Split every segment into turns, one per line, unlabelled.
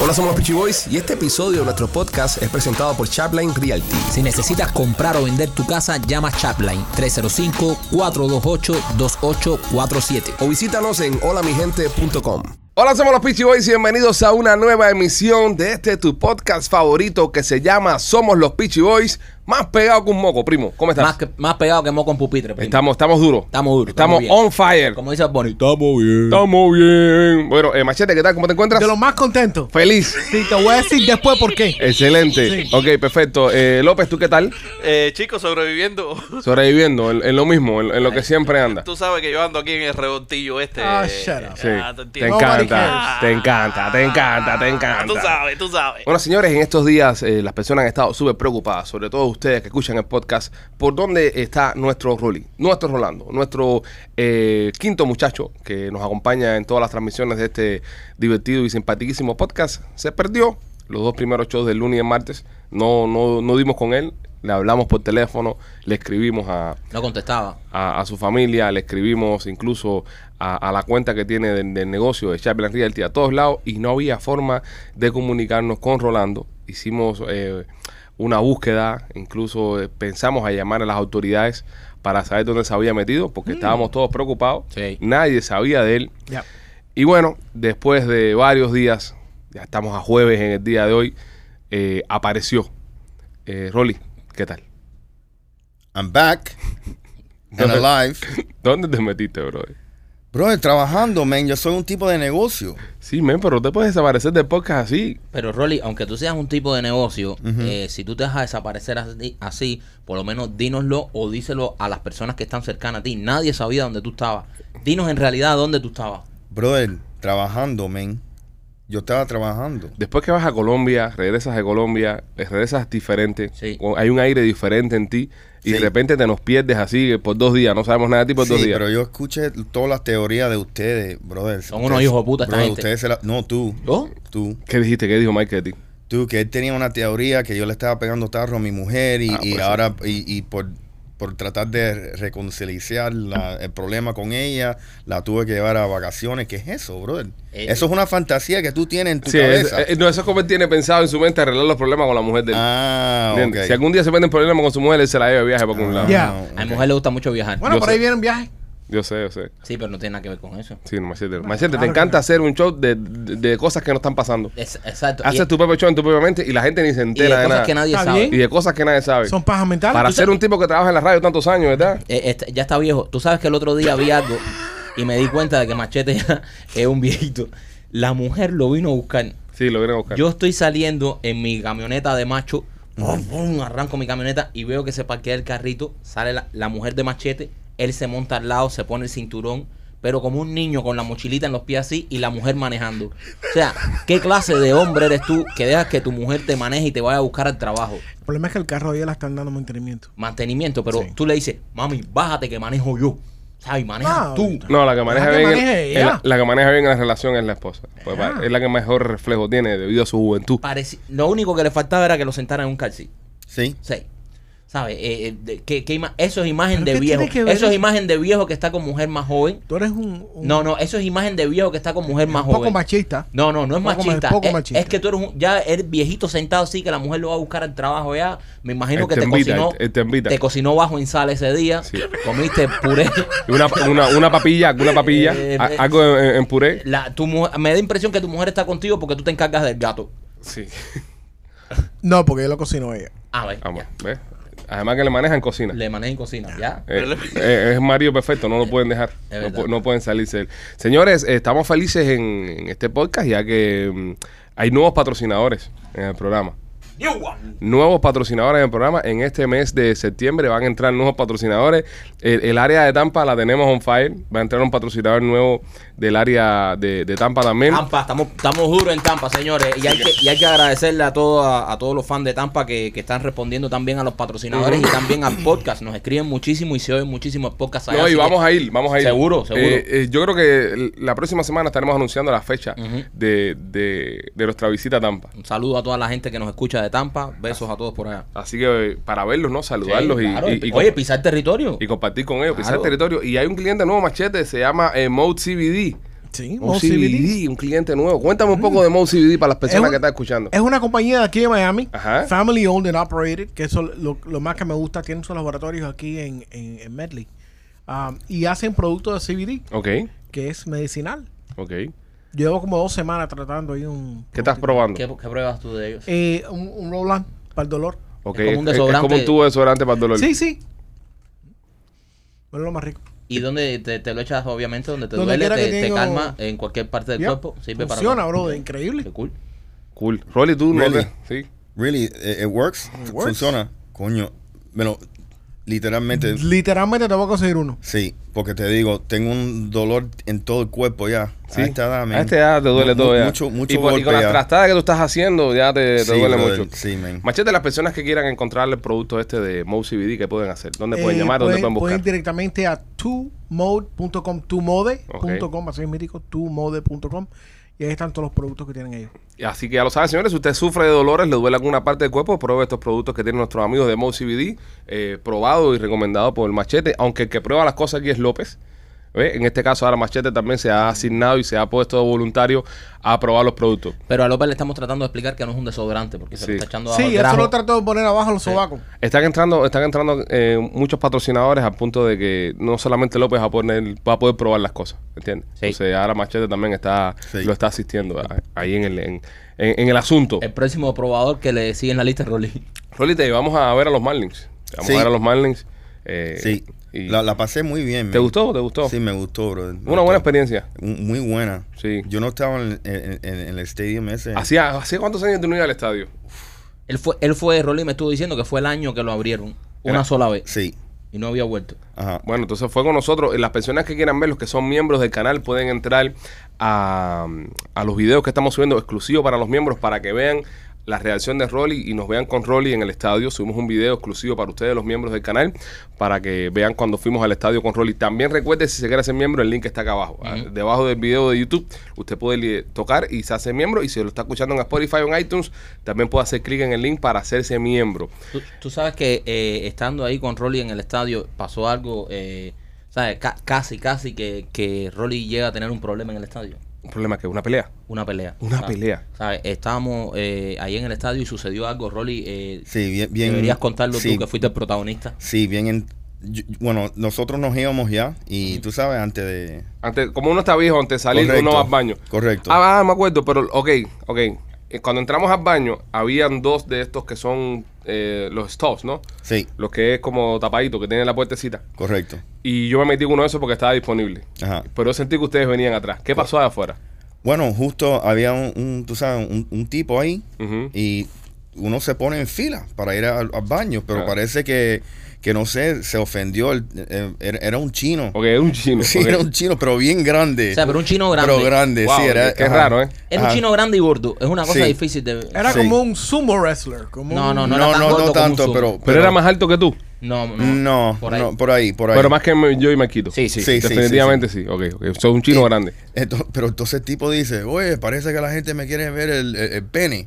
Hola, somos los Peachy Boys y este episodio de nuestro podcast es presentado por Chapline Realty.
Si necesitas comprar o vender tu casa, llama Chapline 305-428-2847.
O visítanos en holamigente.com. Hola, somos los Peachy Boys y bienvenidos a una nueva emisión de este tu podcast favorito que se llama Somos los Peachy Boys. Más pegado que un moco, primo. ¿Cómo estás?
Más, que- más pegado que moco en pupitre. primo.
Estamos, estamos duros.
Estamos duros,
Estamos,
estamos bien.
on fire.
Como dice Bonnie, estamos bien.
Estamos bien. Bueno, eh, Machete, ¿qué tal? ¿Cómo te encuentras?
De lo más contento.
Feliz.
Sí, te voy a decir después por
Eh,
qué.
Excelente.
Sí.
Ok, perfecto. Eh, López, ¿tú qué tal?
Eh, chicos, sobreviviendo.
Sobreviviendo en, en lo mismo, en, en lo que siempre anda.
Tú sabes que yo ando aquí en el rebotillo este.
Ah, shut up.
Sí.
Ah, te
Te
entiendo.
Nobody
encanta,
cares.
te encanta, te encanta, te
Ah, Tú
encanta.
sabes, tú sabes.
Bueno, señores, en estos días eh, las personas han estado súper preocupadas, sobre todo ustedes que escuchan el podcast, por dónde está nuestro Rolly, nuestro Rolando, nuestro eh, quinto muchacho que nos acompaña en todas las transmisiones de este divertido y simpaticísimo podcast. Se perdió los dos primeros shows del lunes y el martes, no, no, no dimos con él, le hablamos por teléfono, le escribimos a,
No contestaba.
a, a su familia, le escribimos incluso a, a la cuenta que tiene del, del negocio de Chaplin Realty a todos lados y no había forma de comunicarnos con Rolando. Hicimos eh, una búsqueda, incluso eh, pensamos a llamar a las autoridades para saber dónde se había metido porque estábamos todos preocupados.
Sí.
Nadie sabía de él.
Ya.
Y bueno, después de varios días, ya estamos a jueves en el día de hoy, eh, apareció. Eh, Rolly, ¿qué tal?
I'm back and alive.
¿Dónde te metiste, brother?
Brother, trabajando, man. Yo soy un tipo de negocio.
Sí, men, pero no te puedes desaparecer del podcast así.
Pero Rolly, aunque tú seas un tipo de negocio, eh, si tú te dejas desaparecer así, así, por lo menos dínoslo o díselo a las personas que están cercanas a ti. Nadie sabía dónde tú estabas. Dinos en realidad dónde tú estabas.
Brother, trabajando, man. Yo estaba trabajando.
Después que vas a Colombia, regresas de Colombia, eh, regresas diferente.
Sí.
O- Hay un aire diferente en ti y de
Sí.
repente te nos pierdes así eh, por dos días. No sabemos nada de ti por dos
Sí,
días.
pero yo escuché todas las teorías de ustedes, brother.
Son
Ustedes-
unos hijos de puta esta
brother,
gente.
ustedes se la- No, tú.
¿Yo?
Tú.
¿Qué dijiste? ¿Qué dijo Mike de ti?
Tú, que él tenía una teoría que yo le estaba pegando tarro a mi mujer y,
Ah,
y
pues sí.
ahora, y, y por, por tratar de reconciliar la- el problema con ella, la tuve que llevar a vacaciones. ¿Qué es eso, brother?
Eh,
eso es una fantasía que tú tienes en tu
Sí, es-
cabeza.
eh, no, eso es como él tiene pensado en su mente arreglar los problemas con la mujer de él.
ah,
¿Entiendes?
ok. Ah,
Si algún día se meten problemas con su mujer, él se la lleva de viaje para algún lado.
Ya.
A mi mujer le gusta mucho viajar.
Bueno,
Yo
por
sé.
ahí viene un viaje.
Yo sé, yo sé.
Sí, pero no tiene nada que ver con eso.
Sí, no, Machete. Machete,
Ah, claro
te
que
encanta
no.
hacer un show de, de- de cosas que no están pasando.
Es- exacto. Y-
Haces tu propio show en tu propia mente y la gente ni se
y de
entera de
cosas
nada.
que nadie
Está
sabe.
bien.
Y de cosas que nadie sabe.
Son pajas mentales.
Para
Tú
ser
sabes-
un tipo que trabaja en la radio tantos años, ¿verdad?
Eh, este- ya está viejo. Tú sabes que el otro día vi algo y me di cuenta de que Machete ya es un viejito. La mujer lo vino a buscar.
Sí, lo vienen a buscar.
Yo estoy saliendo en mi camioneta de macho. Brum, brum, arranco mi camioneta y veo que se parquea el carrito. Sale la, la mujer de Machete. Él se monta al lado, se pone el cinturón. Pero como un niño con la mochilita en los pies así y la mujer manejando. O sea, ¿qué clase de hombre eres tú que dejas que tu mujer te maneje y te vaya a buscar al trabajo?
El problema es que el carro de ella la están dando mantenimiento.
mantenimiento, pero
Sí.
tú le dices, mami, bájate que manejo yo. ¿Sabes? Maneja
Ah,
tú.
ahorita.
No, la que maneja
La que
bien.
maneje,
en- en la,
ya.
la que maneja bien en la relación es la esposa. Pues,
Ah.
va, es la que mejor reflejo tiene debido a su juventud.
Pareci- lo único que le faltaba era que lo sentara en un calcí.
Sí.
Sí. ¿Sabes? Eh, eh, de- ¿qué- qué ima- eso es imagen
¿Pero
de
qué
viejo.
tiene que ver
Eso es
eso?
imagen de viejo que está con mujer más joven.
Tú eres un. un-
No, no, eso es imagen de viejo que está con mujer
un
más
poco
joven.
machista.
No, no, no es
Poco ma-
machista.
poco
es,
machista.
es que tú eres un, ya el viejito sentado así que la mujer lo va a buscar al trabajo ya. Me imagino
Él
que
te
te,
invita,
cocinó,
él- él te invita.
cocinó bajo en sal ese día.
Sí.
Comiste puré.
Y una, una, una papilla, una papilla,
Eh,
a-
eh.
algo en, en- en puré.
La, tu mujer- me da impresión que tu mujer está contigo porque tú te encargas del gato.
Sí.
No, porque yo lo cocino ella.
A ver,
Vamos,
ya.
¿ves? Además que le manejan cocina.
le manejan en cocina, ya.
Eh, eh, es Mario perfecto, no lo pueden dejar.
Es
No,
verdad.
pu- no pueden salirse. de él. Señores, eh, estamos felices en, en este podcast ya que mm, hay nuevos patrocinadores en el programa. Nuevos patrocinadores en el programa. En este mes de septiembre van a entrar nuevos patrocinadores. El, el área de Tampa la tenemos on fire. Va a entrar un patrocinador nuevo del área de, de Tampa también.
Tampa, estamos, estamos duros en Tampa, señores. Y hay que, y hay que agradecerle a, todo- a, a todos los fans de Tampa que, que están respondiendo también a los patrocinadores y también al podcast. Nos escriben muchísimo y se oyen muchísimo el podcast. allá,
No, y
así que-
vamos a ir, vamos a ir.
Seguro, seguro.
Eh, eh, yo creo que la próxima semana estaremos anunciando la fecha de, de- de nuestra visita a Tampa.
Un saludo a toda la gente que nos escucha de Tampa. Besos a todos por allá.
Así que eh, para verlos, ¿no? Saludarlos
Sí,
y-
claro.
y, y
Oye,
compa-
pisar territorio.
y compartir con ellos, pisar
Claro.
territorio. Y hay un cliente nuevo, Machete, se llama eh, Mode CBD.
Sí,
Mo
Mo CBD.
CBD, un cliente nuevo. Cuéntame
Mm.
un poco de Mo CBD para las personas
un-
que están escuchando.
Es una compañía de aquí de Miami,
Ajá.
family owned and operated, que eso lo, lo más que me gusta, tienen sus laboratorios aquí en, en, en Medley. Um, y hacen productos de CBD,
Ok,
que es medicinal.
ok.
Yo llevo como dos semanas tratando ahí un...
¿Qué estás probando?
¿Qué, qué pruebas tú de ellos?
Eh, un, un Roland para el dolor.
Ok,
es como un
es- es como
desodorante.
un tubo de desodorante para el dolor.
Sí, sí. Bueno, lo más rico.
¿Y dónde te, te lo echas, obviamente, donde te
Donde
duele,
quiera
te,
que
te
tengo-
calma en cualquier parte del
Ya.
cuerpo? Sirve para
Funciona,
todo.
bro, increíble.
Qué cool.
Cool. Rolly, tú no
Really?
te- Sí.
Really, eh, it, it works.
works.
Funciona. Coño. Bueno, literalmente.
Literalmente te voy a conseguir uno.
Sí, porque te digo, tengo un dolor en todo el cuerpo ya.
Sí.
A esta edad, man.
A esta edad te duele
Mu-
todo
mu-
ya.
Mucho, mucho
y, con- y
golpe
con las
ya.
trastadas que tú estás haciendo ya te, te
Sí,
duele
brother,
mucho.
Sí, man.
Machete, las personas que quieran encontrar el producto este de Mo CBD, ¿qué pueden hacer? ¿Dónde pueden
Eh,
llamar? ¿Dónde pueden buscar?
directamente a twomode.com, twomode.com, así es mítico, twomode.com. Y ahí están todos los productos que tienen ellos.
Así que ya lo saben, señores, si usted sufre de dolores, le duele alguna parte del cuerpo, pruebe estos productos que tienen nuestros amigos de Mo CBD, eh, probado y recomendado por el Machete, aunque el que prueba las cosas aquí es López. ¿Ve? En este caso, ahora Machete también se ha asignado y se ha puesto voluntario a probar los productos.
Pero a López le estamos tratando de explicar que no es un desodorante, porque se
Sí.
lo está echando abajo
Sí,
el
eso
grajo.
lo trato de poner abajo los sobacos.
Están entrando, están entrando eh, muchos patrocinadores al punto de que no solamente López va a, poner, va a poder probar las cosas, ¿entiendes?
Sí.
Entonces ahora Machete también está,
Sí.
lo está asistiendo a- ahí en el, en, en- en el asunto.
El próximo probador que le sigue en la lista es Rolly.
Rolly, te vamos a ver a los Marlins. Te Vamos
Sí.
a ver a los Marlins. eh,
Sí.
y-
La, la pasé muy bien,
¿Te
man.
gustó? ¿Te gustó?
Sí, me gustó, bro.
Una buena experiencia.
Muy buena.
Sí. ¿Ah,
Yo no estaba en, en- en- en el estadio ese.
¿Hacía, ¿Hacía cuántos años tú no ibas al estadio?
Él fue, él fue, Rolly me estuvo diciendo que fue el año que lo abrieron,
Era-
una sola vez,
Sí.
y no había vuelto.
Ajá.
Bueno, entonces fue con nosotros. Eh, Las personas que quieran ver, los que son miembros del canal, pueden entrar a, a los videos que estamos subiendo exclusivos para los miembros para que vean la reacción de Rolly y nos vean con Rolly en el estadio. Subimos un video exclusivo para ustedes, los miembros del canal, para que vean cuando fuimos al estadio con Rolly. También recuerde, si se quiere hacer miembro, el link está acá abajo. Ah, Debajo del video de YouTube, usted puede li- tocar y se hace miembro. Y si lo está escuchando en Spotify o en iTunes, también puede hacer clic en el link para hacerse miembro.
Tú, tú sabes que eh, estando ahí con Rolly en el estadio pasó algo, eh, ¿sabes? Ca- casi, casi que, que Rolly llega a tener un problema en el estadio.
Un problema que es una pelea.
Una pelea.
Una
¿sabes?
pelea.
¿Sabes? Estábamos eh, ahí en el estadio y sucedió algo, Rolly. eh,
Sí, bien. bien
deberías contarlo
sí,
tú, que fuiste el protagonista.
Sí, bien. en- yo- bueno, nosotros nos íbamos ya y tú sabes, antes de.
Antes, como uno está viejo, antes de salir
Correcto,
uno va al baño.
correcto.
Ah, ah, me acuerdo, pero ok, ok. Eh, Cuando entramos al baño, habían dos de estos que son eh, los stops, ¿no?
Sí,
Los que es como tapadito, que tienen la puertecita.
correcto.
Y yo me metí en uno de esos porque estaba disponible.
Ajá.
Pero yo sentí que ustedes venían atrás. ¿Qué pasó allá afuera?
Bueno, justo había un, un- tú sabes, un, un tipo ahí
Ujú.
y uno se pone en fila para ir al, al baño, pero
Claro.
parece que, que, no sé, se ofendió. el- eh, era, era un chino.
Ok, era un chino.
Sí,
ok.
era un chino, pero bien grande.
O sea, pero un chino grande.
Pero grande,
Wow,
sí. Era,
qué raro, ¿eh?
Era un
Ajá.
chino grande y gordo. Es una cosa
Sí.
difícil de...
Era
Sí.
como un sumo wrestler. Como
No,
un-
no,
No,
era
no,
tan
no,
gordo como un
tanto,
sumo.
pero,
pero, era más alto que tú.
No, no.
No,
por ahí.
no, por ahí, por ahí.
Pero más que me- yo y Marquito.
Sí, sí.
Sí, sí,
Definitivamente sí. Ok, ok. Soy un chino
Eh,
grande.
Ento- pero entonces el tipo dice, oye, parece que la gente me quiere ver el, el- el pene.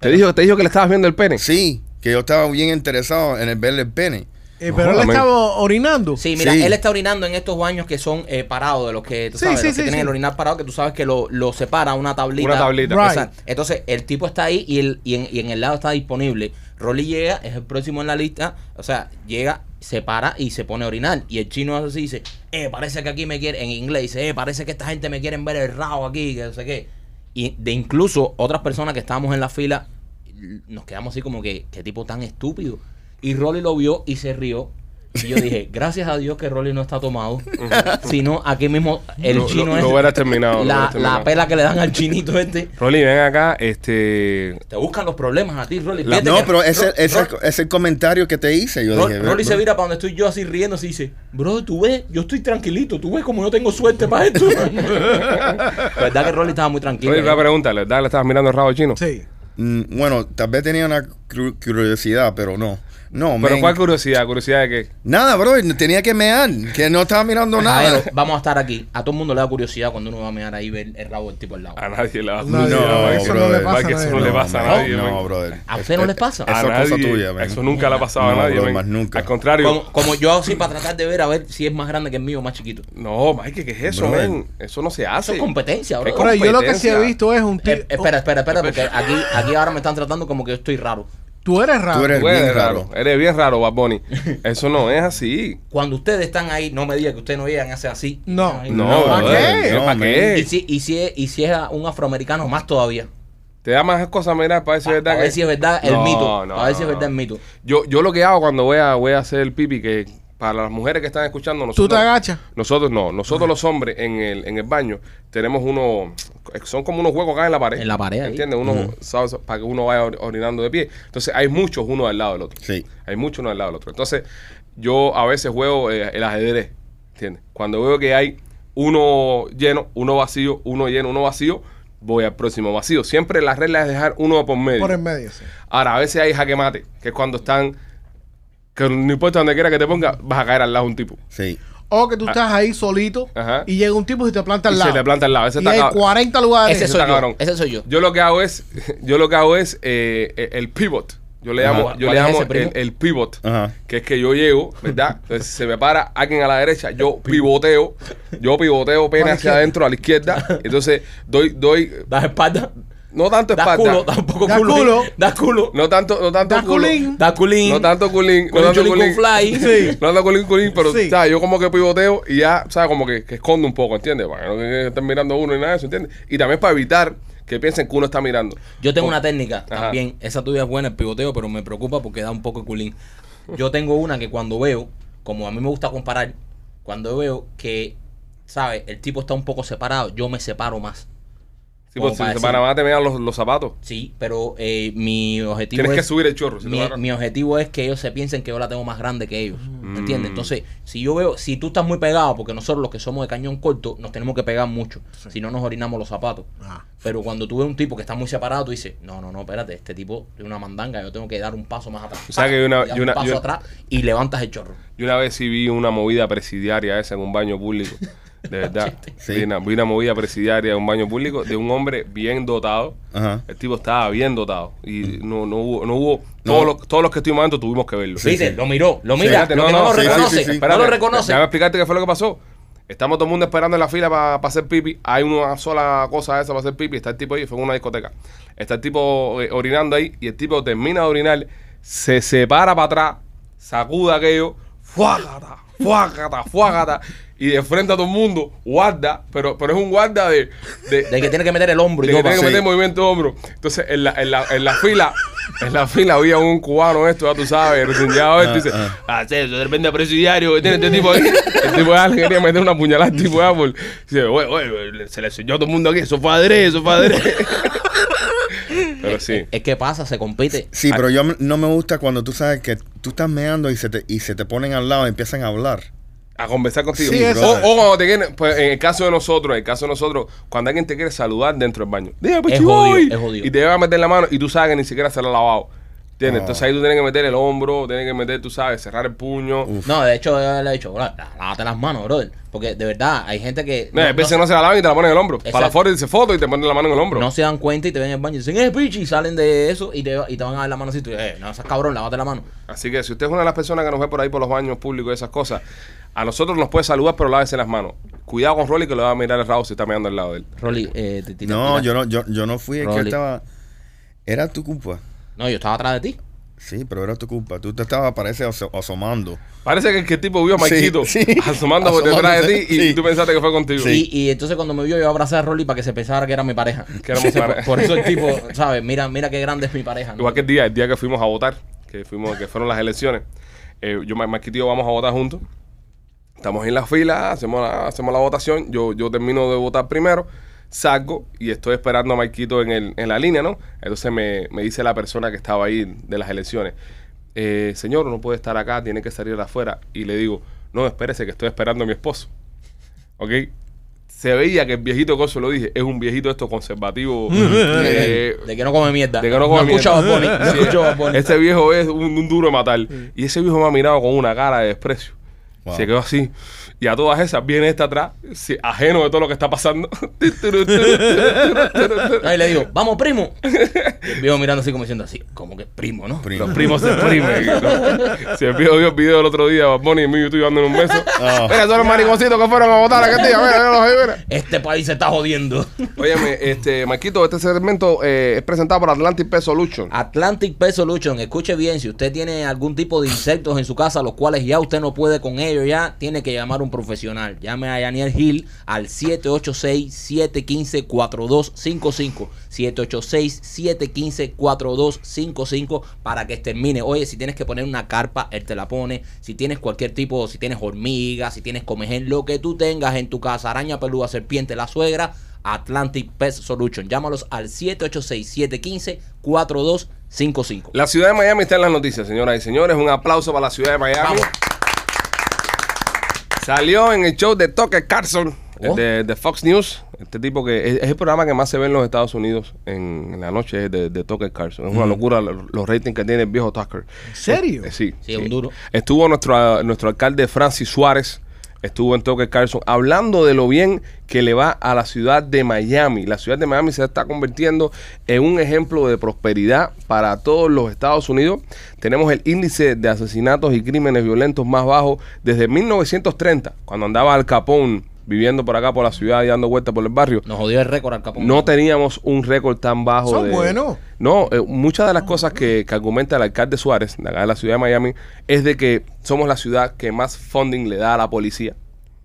¿Te dijo, ¿Te dijo que le estabas viendo el pene?
Sí, que yo estaba bien interesado en el verle el pene.
Eh, pero él
Joder, man.
estaba orinando.
Sí, mira,
Sí.
él está orinando en estos baños que son eh, parados, de los que tú
Sí,
sabes,
sí,
los que
sí,
tienen
sí.
el orinar parado, que tú sabes que lo, lo separa una tablita.
Una tablita.
Right.
Exacto. Entonces, el tipo está ahí y, el, y, en, y en el lado está disponible. Rolly llega, es el próximo en la lista, o sea, llega, se para y se pone a orinar. Y el chino hace así dice, eh, parece que aquí me quieren, en inglés dice, eh, parece que esta gente me quieren ver el rabo aquí, que no sé qué. Y de incluso otras personas que estábamos en la fila, nos quedamos así como que, qué tipo tan estúpido. Y Rolly lo vio y se rió. Y yo dije, gracias a Dios que Rolly no está tomado, sino aquí mismo el
Lo- lo-
chino
lo
es
hubiera terminado, lo hubiera
la,
terminado.
la pela que le dan al chinito este.
Rolly, ven acá. Este,
Te buscan los problemas a ti, Rolly.
La-
Fíjate
No,
que
pero
Ro-
ese
Ro-
es el comentario que te hice. Yo
Ro-
dije,
Rolly se
"Bro,
vira para donde estoy yo así riendo, así dice, bro, tú ves, yo estoy tranquilito, tú ves como yo tengo suerte para esto. verdad que Rolly estaba muy tranquilo.
Rolly,
eh?
una pregunta. ¿Le le estabas mirando el rabo al chino?
Sí.
Mm, Bueno, tal vez tenía una cru- curiosidad, pero no. No,
Pero
men.
cuál curiosidad, curiosidad de qué.
Nada, bro, tenía que mear, que no estaba mirando nada.
Caballero, vamos a estar aquí. A todo el mundo le da curiosidad cuando uno va a mirar ahí ver el rabo del tipo al lado.
A nadie le va a
No,
No,
a
eso no
brother.
le pasa a
que
nadie.
eso no le pasa a nadie.
No,
men.
brother.
¿A
Es-
usted no
es-
les pasa?
Eso
A
es cosa
nadie.
tuya, men.
Eso nunca le ha pasado a
No,
nadie.
bro,
men.
más nunca.
Al contrario.
Como, como yo hago así para tratar de ver a ver si es más grande que el mío o más chiquito.
No, Mike, ¿qué es eso,
Brother.
men? Eso no se
Eso
hace.
es competencia, bro.
Es
Ahora, yo lo que sí
competencia.
he visto es un
Eh,
tipo.
espera, espera, espera, porque aquí, aquí ahora me están tratando como que yo estoy raro.
Tú eres raro.
Tú eres-
Tú eres
bien
raro.
raro.
Eres bien raro, Bad Bunny. Eso no es así.
Cuando ustedes están ahí, no me digan que ustedes no llegan a hacer así.
No.
Ay,
No,
No,
brother,
¿qué?
no, ¿para
No,
Y
qué?
si, y, si es, y si es a un afroamericano, más todavía.
Te da más cosas, mira, para ver si es verdad.
A ver
que-
si es verdad el
No,
mito.
no,
a ver si es
no.
verdad el mito.
Yo, yo lo que hago cuando voy a, voy a hacer el pipi, que para las mujeres que están escuchando,
Tú
nosotros.
te agachas.
Nosotros no, nosotros los hombres en el, en el baño tenemos unos, son como unos huecos acá en la pared.
En la pared, ahí.
¿Entiendes? Uno, ¿sabes? Para que uno vaya or- orinando de pie. Entonces hay muchos uno al lado del otro.
Sí.
Hay muchos uno al lado del otro. Entonces yo a veces juego eh, el ajedrez, ¿entiendes? Cuando veo que hay uno lleno, uno vacío, uno lleno, uno vacío, voy al próximo vacío. Siempre la regla es dejar uno por medio.
Por en medio, sí.
Ahora, a veces hay jaque mate, que es cuando están, que no importa donde quiera que te ponga, vas a caer al lado de un tipo.
Sí.
O que tú estás ahí solito
Ah. Ajá.
y llega un tipo y te planta
Y
al lado.
se te planta al lado. Ese
Y
está
hay
acá-
40 lugares.
Ese
Eso
soy
está
yo.
cabrón.
Ese soy yo.
Yo lo que hago es, yo lo que hago es eh, eh, el pivot. Yo le
Ajá.
llamo, yo le
¿Cuál es
llamo
ese, primo?
el, el pivot.
Ajá.
Que es que yo llego, ¿verdad? Entonces se me para alguien a la derecha, yo pivoteo, yo pivoteo
A
pene
la
hacia
izquierda.
adentro, a la izquierda. Entonces doy, doy,
Das espalda.
no tanto
Das culo.
espalda.
Das un poco
Das
culo.
culo.
Das culo.
No tanto, no tanto
Da
culo.
culín.
Das culín.
No tanto culín, no
Culín,
tanto
chulín,
culín.
con fly.
No tanto culín, culín, pero
Sí.
¿sabes? yo como que pivoteo y ya, ¿sabes? Como que, que escondo un poco, ¿entiendes? Para que no que estén mirando a uno y nada de eso, ¿entiendes? Y también para evitar que piensen que uno está mirando.
Yo tengo una técnica
Oh. Ajá.
también. Esa tuya es buena, el pivoteo, pero me preocupa porque da un poco de culín. Yo tengo una que cuando veo, como a mí me gusta comparar, cuando veo que, ¿sabes? El tipo está un poco separado, yo me separo más.
Sí,
Como
pues, si
para
te
decir-
van a te vean los, los zapatos.
Sí, pero eh, mi objetivo
Tienes
es...
que subir el chorro. si te
mi,
van a-
mi objetivo es que ellos se piensen que yo la tengo más grande que ellos.
Mm.
¿Entiendes? Entonces, si yo veo, si tú estás muy pegado, porque nosotros los que somos de cañón corto, nos tenemos que pegar mucho. Si no, nos orinamos los zapatos.
Ah.
Pero cuando tú ves un tipo que está muy separado, tú dices, no, no, no, espérate, este tipo es una mandanga, yo tengo que dar un paso más atrás.
O sea,
¡Pam!
que hay una-
Y das
y una-
un paso
y una-
atrás y levantas el chorro.
Yo una vez sí vi una movida presidiaria esa en un baño público. De verdad.
Sí.
vi, una, vi una movida presidiaria en un baño público de un hombre bien dotado.
Ajá.
El tipo estaba bien dotado. Y no, no hubo, no hubo Todos, los, todos los que estuvimos adentro tuvimos que verlo.
Sí,
Viste,
sí.
lo miró, lo
Sí,
mira,
espérate,
lo que no, lo
sí, sí,
reconoce,
sí, sí.
no
espérate,
lo reconoce.
Déjame explicarte qué fue lo que pasó. Estamos todo el mundo esperando en la fila para hacer pipi. Hay una sola cosa esa para hacer pipi. Está el tipo ahí, fue en una discoteca. Está el tipo eh, orinando ahí y el tipo termina de orinar, se separa para atrás, sacuda aquello, fuágata, fuágata, fuágata. Y de frente a todo el mundo, guarda, pero, pero es un guarda de, de,
De que tiene que meter el hombro y
de que
todo.
tiene que
Sí.
meter movimiento de hombro. Entonces, en la, en la, en la fila, en la fila había un cubano esto, ya tú sabes, reseñado esto, y dice,
Ah,
ah, sí, eso depende de presidiario que tiene este tipo ahí. El tipo ya le quería meter una puñalada al tipo de Apple. Dice, oye, oye, se le enseñó a todo el mundo aquí, eso fue adrede, eso fue adrede. Pero sí.
Es que pasa, se compite.
Sí, pero yo m- no me gusta cuando tú sabes que tú estás meando y se te, y se te ponen al lado y empiezan a hablar.
A conversar contigo.
Sí,
o,
eso.
o cuando te quieren, pues en el caso de nosotros, en el caso de nosotros, cuando alguien te quiere saludar dentro del baño, dime, pues
Es
chivo,
jodido,
voy".
es jodido.
Y te va a meter la mano y tú sabes que ni siquiera se lo ha lavado. ¿Entiendes?
Ah.
Entonces ahí tú tienes que meter el hombro, tienes que meter, tú sabes, cerrar el puño.
Uf.
No, de hecho, yo le he dicho, "Bro, lávate las manos, brother. Porque de verdad, hay gente que.
No, a veces no, se la lavan y te la ponen en el hombro. Para la
Exacto.
foto y se foto y te ponen la mano en el hombro.
no se dan cuenta y te ven en el baño y dicen, eh, pichi, y salen de eso y te, y te van a dar la mano así. Tú, eh, no seas cabrón, lávate la mano.
Así que si usted es una de las personas que nos ve por ahí por los baños públicos y esas cosas, a nosotros nos puede saludar, pero lávese las manos. Cuidado con Rolly que le va a mirar el rabo si está mirando al lado de él.
Rolly, eh, te- te-
No,
te-
yo no, yo, yo no fui el que
Rolly.
estaba. Era tu culpa.
No, yo estaba atrás de ti.
Sí, pero era tu culpa. Tú te estabas, parece, aso- asomando.
Parece que, que el tipo vio a
Sí,
Maikito
sí.
asomando por detrás de ti y
Sí.
tú pensaste que fue contigo.
Y, y entonces cuando me vio, yo abracé a Rolly para que se pensara que era mi pareja.
Que éramos
Entonces, por-
pare-
por, eso el tipo, ¿sabes? Mira, mira qué grande es mi pareja. ¿no?
Igual que el día, el día que fuimos a votar, que fuimos, que fueron las elecciones, eh, yo más que tío vamos a votar juntos. Estamos en la fila, hacemos la, hacemos la votación, yo, yo termino de votar primero, salgo y estoy esperando a Marquito en, el, en la línea, ¿no? Entonces me, me dice la persona que estaba ahí de las elecciones, eh, señor, no puede estar acá, tiene que salir afuera. Y le digo, no, espérese que estoy esperando a mi esposo. ¿Ok? se veía que el viejito Coso, lo dije, es un viejito esto conservativo. eh,
De que no come mierda.
De que no come
escucha
mierda.
Bad Bunny, No
Sí,
escucha Bad Bunny.
Este viejo es un, un duro de matar. Y ese viejo me ha mirado con una cara de desprecio.
Wow.
Se quedó así. Y a todas esas viene esta atrás, sí, ajeno de todo lo que está pasando. Tu, tu, tu, tu, tu, tu, tu.
Ahí le digo, vamos, primo. Y el viejo mirando así como diciendo así, como que primo, ¿no?
Primo.
Los primos se exprimen. ¿no? Si el viejo vio el video el otro día, Bad Bunny y mío, tú dándole un beso.
Ah.
Mira, son los mariconcitos que fueron a votar aquel día. Mira, mira, los ahí, mira.
Este país se está jodiendo.
Óyeme, este, Marquito, este segmento eh, es presentado por Atlantic Pest Solution.
Atlantic Pest Solution, escuche bien, si usted tiene algún tipo de insectos en su casa, los cuales ya usted no puede con ellos, ya tiene que llamar a un profesional. Llame a Daniel Hill al 786-715-4255. 786-715-4255 para que extermine. Oye, si tienes que poner una carpa, él te la pone. Si tienes cualquier tipo, si tienes hormigas, si tienes comején, lo que tú tengas en tu casa, araña, peluda, serpiente, la suegra, Atlantic Pest Solution. Llámalos al 786-715-4255.
La ciudad de Miami está en las noticias, señoras y señores. Un aplauso para la ciudad de Miami.
Vamos.
Salió en el show de Tucker Carlson el
Oh.
de, de Fox News. Este tipo que es, es el programa que más se ve en los Estados Unidos en, en la noche es de, de Tucker Carlson. Es una locura lo- los ratings que tiene el viejo Tucker.
Mm. ¿En serio?
Eh, Sí,
Sí, un duro.
Estuvo nuestro, ah, nuestro alcalde Francis Suárez, estuvo en Tucker Carlson, hablando de lo bien que le va a la ciudad de Miami. La ciudad de Miami se está convirtiendo en un ejemplo de prosperidad para todos los Estados Unidos. Tenemos el índice de asesinatos y crímenes violentos más bajo desde 1930, cuando andaba Al Capón viviendo por acá por la ciudad y dando vueltas por el barrio.
Nos jodió el récord al capón.
No teníamos un récord tan bajo.
Son
de-
buenos.
No, eh, muchas de las cosas que, que argumenta el alcalde Suárez, de acá de la ciudad de Miami, es de que somos la ciudad que más funding le da a la policía.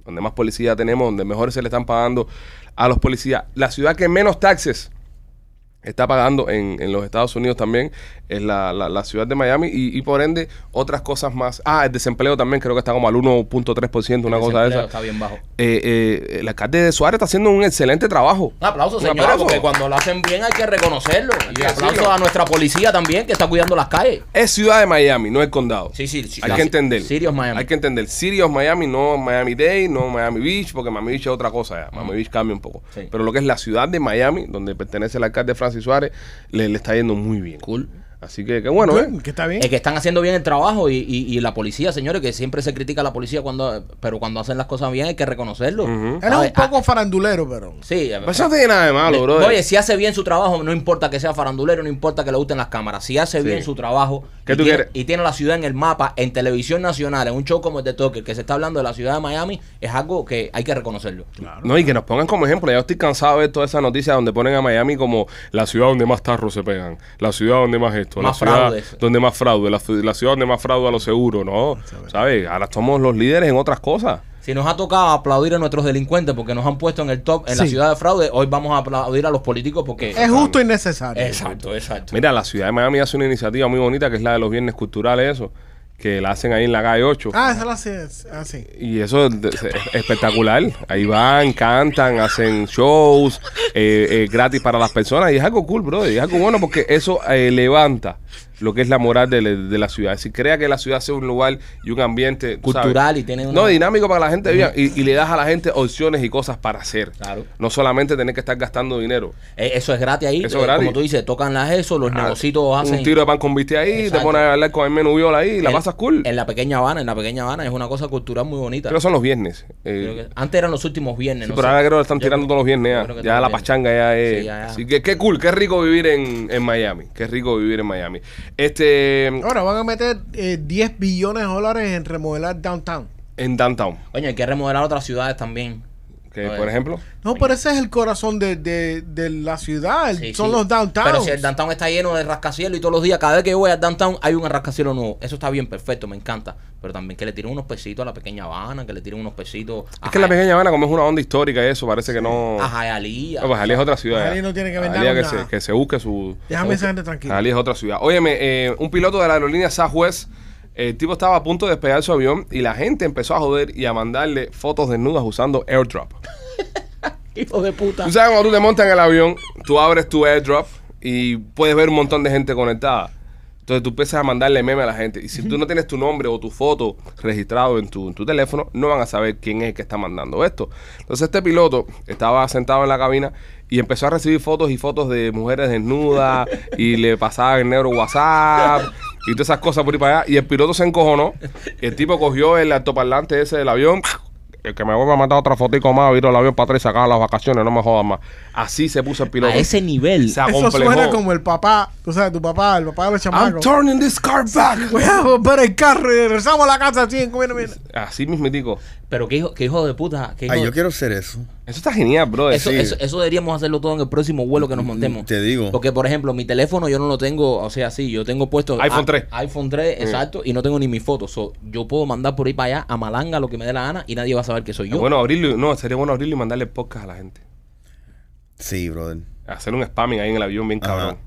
Donde más policía tenemos, donde mejor se le están pagando a los policías. La ciudad que menos taxes está pagando en, en los Estados Unidos también es la, la- la ciudad de Miami y, y por ende otras cosas más. Ah, el desempleo también creo que está como al 1.3%, una
El
cosa de
desempleo
esa.
Está bien bajo.
Eh, eh, el alcalde de Suárez está haciendo un excelente trabajo.
Un aplauso,
Un
señora,
aplauso.
porque cuando lo hacen bien hay que reconocerlo. Y
que
aplauso
decirlo.
a nuestra policía también, que está cuidando las calles.
Es ciudad de Miami, no el condado.
Sí, sí, sí.
Hay
La-
que entender.
Sirius, Miami.
Hay que entender. Sirius Miami, no Miami Dade, no Miami Beach, porque Miami Beach es otra cosa. ya. Miami Beach cambia un poco.
Sí.
Pero lo que es la ciudad de Miami, donde pertenece el alcalde Francis Suárez, le, le está yendo muy bien.
Cool.
Así que, qué bueno, ¿eh?
que está bien.
Es que están haciendo bien el trabajo y, y- y la policía, señores, que siempre se critica a la policía cuando, pero cuando hacen las cosas bien hay que reconocerlo.
Él es
¿Sabes?
un poco farandulero, pero.
Ah, sí,
Pues eso no tiene nada de malo, bro.
Oye, si hace bien su trabajo, no importa que sea farandulero, no importa que le gusten las cámaras. Si hace
Sí.
bien su trabajo
¿Qué
y,
tú
tiene,
quieres?
y tiene la ciudad en el mapa, en televisión nacional, en un show como el de Tucker, que se está hablando de la ciudad de Miami, es algo que hay que reconocerlo.
No, y que nos pongan como ejemplo. Ya estoy cansado de ver todas esas noticias donde ponen a Miami como la ciudad donde más tarros se pegan, la ciudad donde más esto,
Más
la ciudad
fraudes.
donde más fraude, la, ci- la ciudad donde más fraude a los seguros, ¿no? ¿Sabes? Ahora somos los líderes en otras cosas.
Si nos ha tocado aplaudir a nuestros delincuentes porque nos han puesto en el top en la
Sí.
ciudad de fraude, hoy vamos a aplaudir a los políticos porque...
Es justo y necesario.
Exacto, exacto.
Mira, la ciudad de Miami hace una iniciativa muy bonita que es la de los viernes culturales, eso, que la hacen ahí en la calle 8.
Ah, esa la hace. Ah, sí.
Y eso es de- es espectacular. Ahí van, cantan, hacen shows eh, eh, gratis para las personas. Y es algo cool, bro. Y es algo bueno porque eso eh, levanta lo que es la moral de, la- de la ciudad. Si crea que la ciudad sea un lugar y un ambiente tú
Cultural y tiene una-
No, dinámico para que la gente viva. Y, y le das a la gente opciones y cosas para hacer.
Claro.
No solamente tener que estar gastando dinero.
Eh, Eso es gratis ahí.
Eso
eh,
es gratis.
Como tú dices, tocan las eso, los negocios hacen...
Ah, Un tiro de pan con viste ahí, te
Exacto.
pones a bailar con el menú viola ahí y la
en-
pasas cool.
En la pequeña Habana, en la pequeña Habana, es una cosa cultural muy bonita.
Creo que son los viernes. eh,
Creo que- antes eran los últimos viernes.
sí,
no
pero
sé.
ahora creo que están
Yo
tirando
creo-
todos los viernes
yo
ya.
creo que
Ya la
también.
pachanga ya es.
Sí, ya, ya.
Así que qué cool, qué rico vivir en, en Miami. Qué rico vivir en Miami. Este.
Ahora van a meter eh, 10 billones de dólares en remodelar downtown.
En Downtown.
Oye, hay que remodelar otras ciudades también.
Que,
Oye,
por ejemplo.
No, pero ese es el corazón de, de- de la ciudad. el-
sí,
son
sí.
los downtowns.
Pero si el downtown está lleno de rascacielos y todos los días, cada vez que yo voy al downtown hay un rascacielos nuevo. Eso está bien, perfecto, me encanta. Pero también que le tiren unos pesitos a la pequeña Habana, que le tiren unos pesitos a,
Es que la
Ja-
pequeña Habana, como es una onda histórica, y eso parece que no.
a Hialeah.
No, pues Jalía es otra ciudad.
Hialeah
ya.
no tiene que ver
Hialeah
nada
que
con
se,
nada.
que se busque su.
Déjame esa gente tranquila.
Hialeah es otra ciudad. Óyeme, eh, un piloto de la aerolínea Southwest, eh, el tipo estaba a punto de despegar su avión y la gente empezó a joder y a mandarle fotos desnudas usando airdrop.
Hijo de puta.
Tú sabes, cuando tú te montas en el avión, tú abres tu airdrop y puedes ver un montón de gente conectada. Entonces tú empiezas a mandarle meme a la gente. Y si tú no tienes tu nombre o tu foto registrado en tu, en tu teléfono, no van a saber quién es el que está mandando esto. Entonces este piloto estaba sentado en la cabina y empezó a recibir fotos y fotos de mujeres desnudas y le pasaban en negro WhatsApp y todas esas cosas por ahí para allá. Y el piloto se encojonó. El tipo cogió el altoparlante ese del avión. El que me vuelva a mandar otra fotico más, viro el avión para atrás y sacar las vacaciones, no me jodas más. Así se puso el piloto.
A ese nivel.
Se
Eso suena
acomplejó.
como el papá, tú sabes, tu papá, el papá de los
I'm
chamacos.
turning this car back.
Voy a romper el carro y regresamos a la casa así en comer, mira.
Así mismitico.
Pero qué hijo, qué hijo de puta. qué hijo
Ay,
de-
yo quiero hacer eso.
Eso está genial, bro.
Eso,
Pues Sí. Mm,
eso, eso deberíamos hacerlo todo en el próximo vuelo que nos montemos.
Te digo.
Porque, por ejemplo, mi teléfono yo no lo tengo, o sea, sí, yo tengo puesto.
iPhone
a-
3.
iPhone 3,
Mm.
exacto, y no tengo ni mi foto. So, yo puedo mandar por ahí para allá a Malanga lo que me dé la gana y nadie va a saber que soy yo.
Bueno, abrirlo, no, sería bueno abrirlo y mandarle podcast a la gente.
Sí, brother.
Hacer un spamming ahí en el avión bien
Ajá.
cabrón.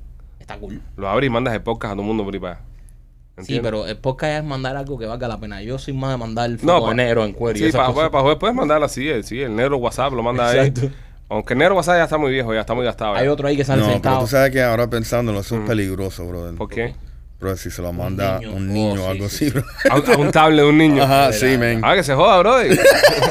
Está cool.
Lo abres y mandas el podcast a todo el mundo por ahí para allá.
Sí,
¿Entiendes?
pero el podcast es mandar algo que valga la pena. Yo soy más de mandar fotos
pa-
de negro en cuero y
Sí,
esas
para
cosas.
jugar, para jugar puedes mandarla así, eh, sí, el negro WhatsApp lo manda ahí.
Exacto.
Aunque el negro WhatsApp ya está muy viejo, ya está muy gastado. ya.
Hay otro ahí que sale
No, pero
sentado.
tú sabes que ahora pensándolo, eso es peligroso, brother.
¿Por qué?
Pero si se lo manda
Mm. niño.
un niño
Oh,
o algo
sí, sí,
así, bro.
A, un- a un tablet de un niño.
Ajá, sí, men.
Ah, que se joda, bro.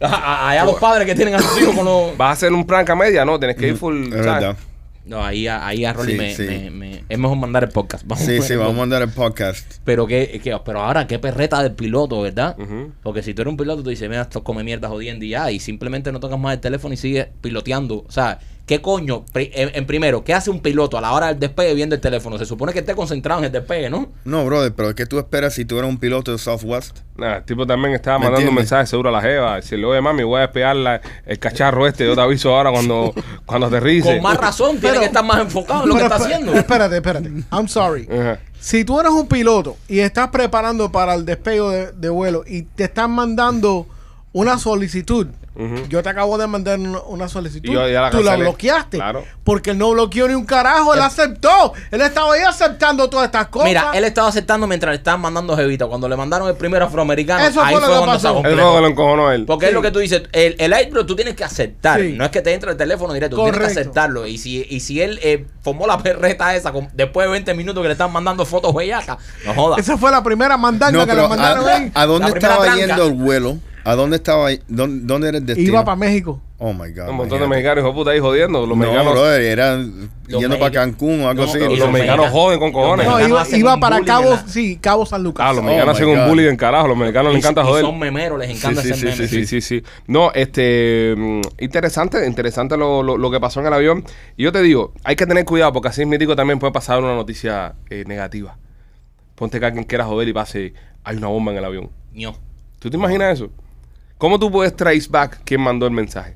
A- a- Allá los padres que tienen a sus hijos con los.
¿Vas a hacer un prank a media? No, tenés
Mm,
que ir
Es
full. ¿sabes?
verdad.
No, ahí, a- ahí a Rolly
Sí,
me,
sí.
me- me- Es mejor mandar el podcast.
Sí, sí,
a
vamos a mandar el podcast.
Pero que, que- pero ahora qué perreta del piloto, ¿verdad?
Ujú.
Porque si tú eres un piloto, tú dices, mira, esto come mierda jodiendo y ya, y simplemente no tocas más el teléfono y sigues piloteando. O sea, ¿qué coño? Pri- En, en primero, ¿qué hace un piloto a la hora del despegue viendo el teléfono? Se supone que esté concentrado en el despegue, ¿no?
No, brother, pero ¿qué tú esperas si tú eres un piloto de Southwest?
Nah, el tipo también estaba
¿Me
mandando un
entiendes?
mensaje seguro a la jeva. Decirle, oye, mami, voy a despegar la- el cacharro este. Yo te aviso ahora cuando, cuando aterrice.
Con más razón, tiene
Pero-
que estar más enfocado en lo que
Pero
está
esp-
haciendo.
Espérate, espérate. I'm sorry.
Ajá.
Si tú eres un piloto y estás preparando para el despegue de, de vuelo y te están mandando una solicitud, yo te acabo de mandar un- una solicitud,
Y yo ya la
tú la
cancelé.
bloqueaste.
Claro.
Porque él no bloqueó ni un carajo, él aceptó. Él estaba ahí aceptando todas estas cosas.
Mira, él estaba aceptando mientras le estaban mandando jevita. Cuando le mandaron el primero afroamericano,
Eso
ahí fue,
fue lo que
cuando
pasó.
se
Él
acomplejó.
fue que lo encojonó él.
Porque es lo que tú dices, el, el airdrop tú tienes que aceptar,
Sí.
no es que te entra el teléfono directo, tú tienes que
Correcto.
aceptarlo. Y si, y si él eh, formó la perreta esa con- después de 20 minutos que le están mandando fotos bellacas, no jodas.
Esa fue la primera mandanga
No,
que le
pero
mandaron
¿a,
ahí.
a dónde
La primera
estaba
tranca.
yendo el vuelo? ¿A dónde estaba? ¿Dónde, dónde era el destino?
Iba para México.
Oh my God.
Un montón de
imagínate.
mexicanos, hijo de puta, ahí jodiendo. Los
No,
mexicanos.
brother, eran
Los
yendo para
mexi-
Cancún o algo
No,
así.
y
los,
los
mexicanos
mexicanos-
joden con cojones.
No,
mexicanos
iba,
hacen
iba
un
para
bullying
Cabo,
en la-
sí, Cabo San Lucas.
Ah, los
Oh
mexicanos
my
hacen un
God.
bullying en carajo. Los mexicanos les encanta
Y- y
joder.
son memeros, les encanta
Sí, sí,
hacer memes.
sí,
Sí, sí, sí. No, este. mm, Interesante, interesante lo, lo- lo que pasó en el avión. Y yo te digo, hay que tener cuidado porque así mítico también puede pasar una noticia eh, negativa. Ponte que alguien quiera joder y pase, hay una bomba en el avión.
Ño.
¿Tú te imaginas eso? ¿Cómo tú puedes trace back quién mandó el mensaje?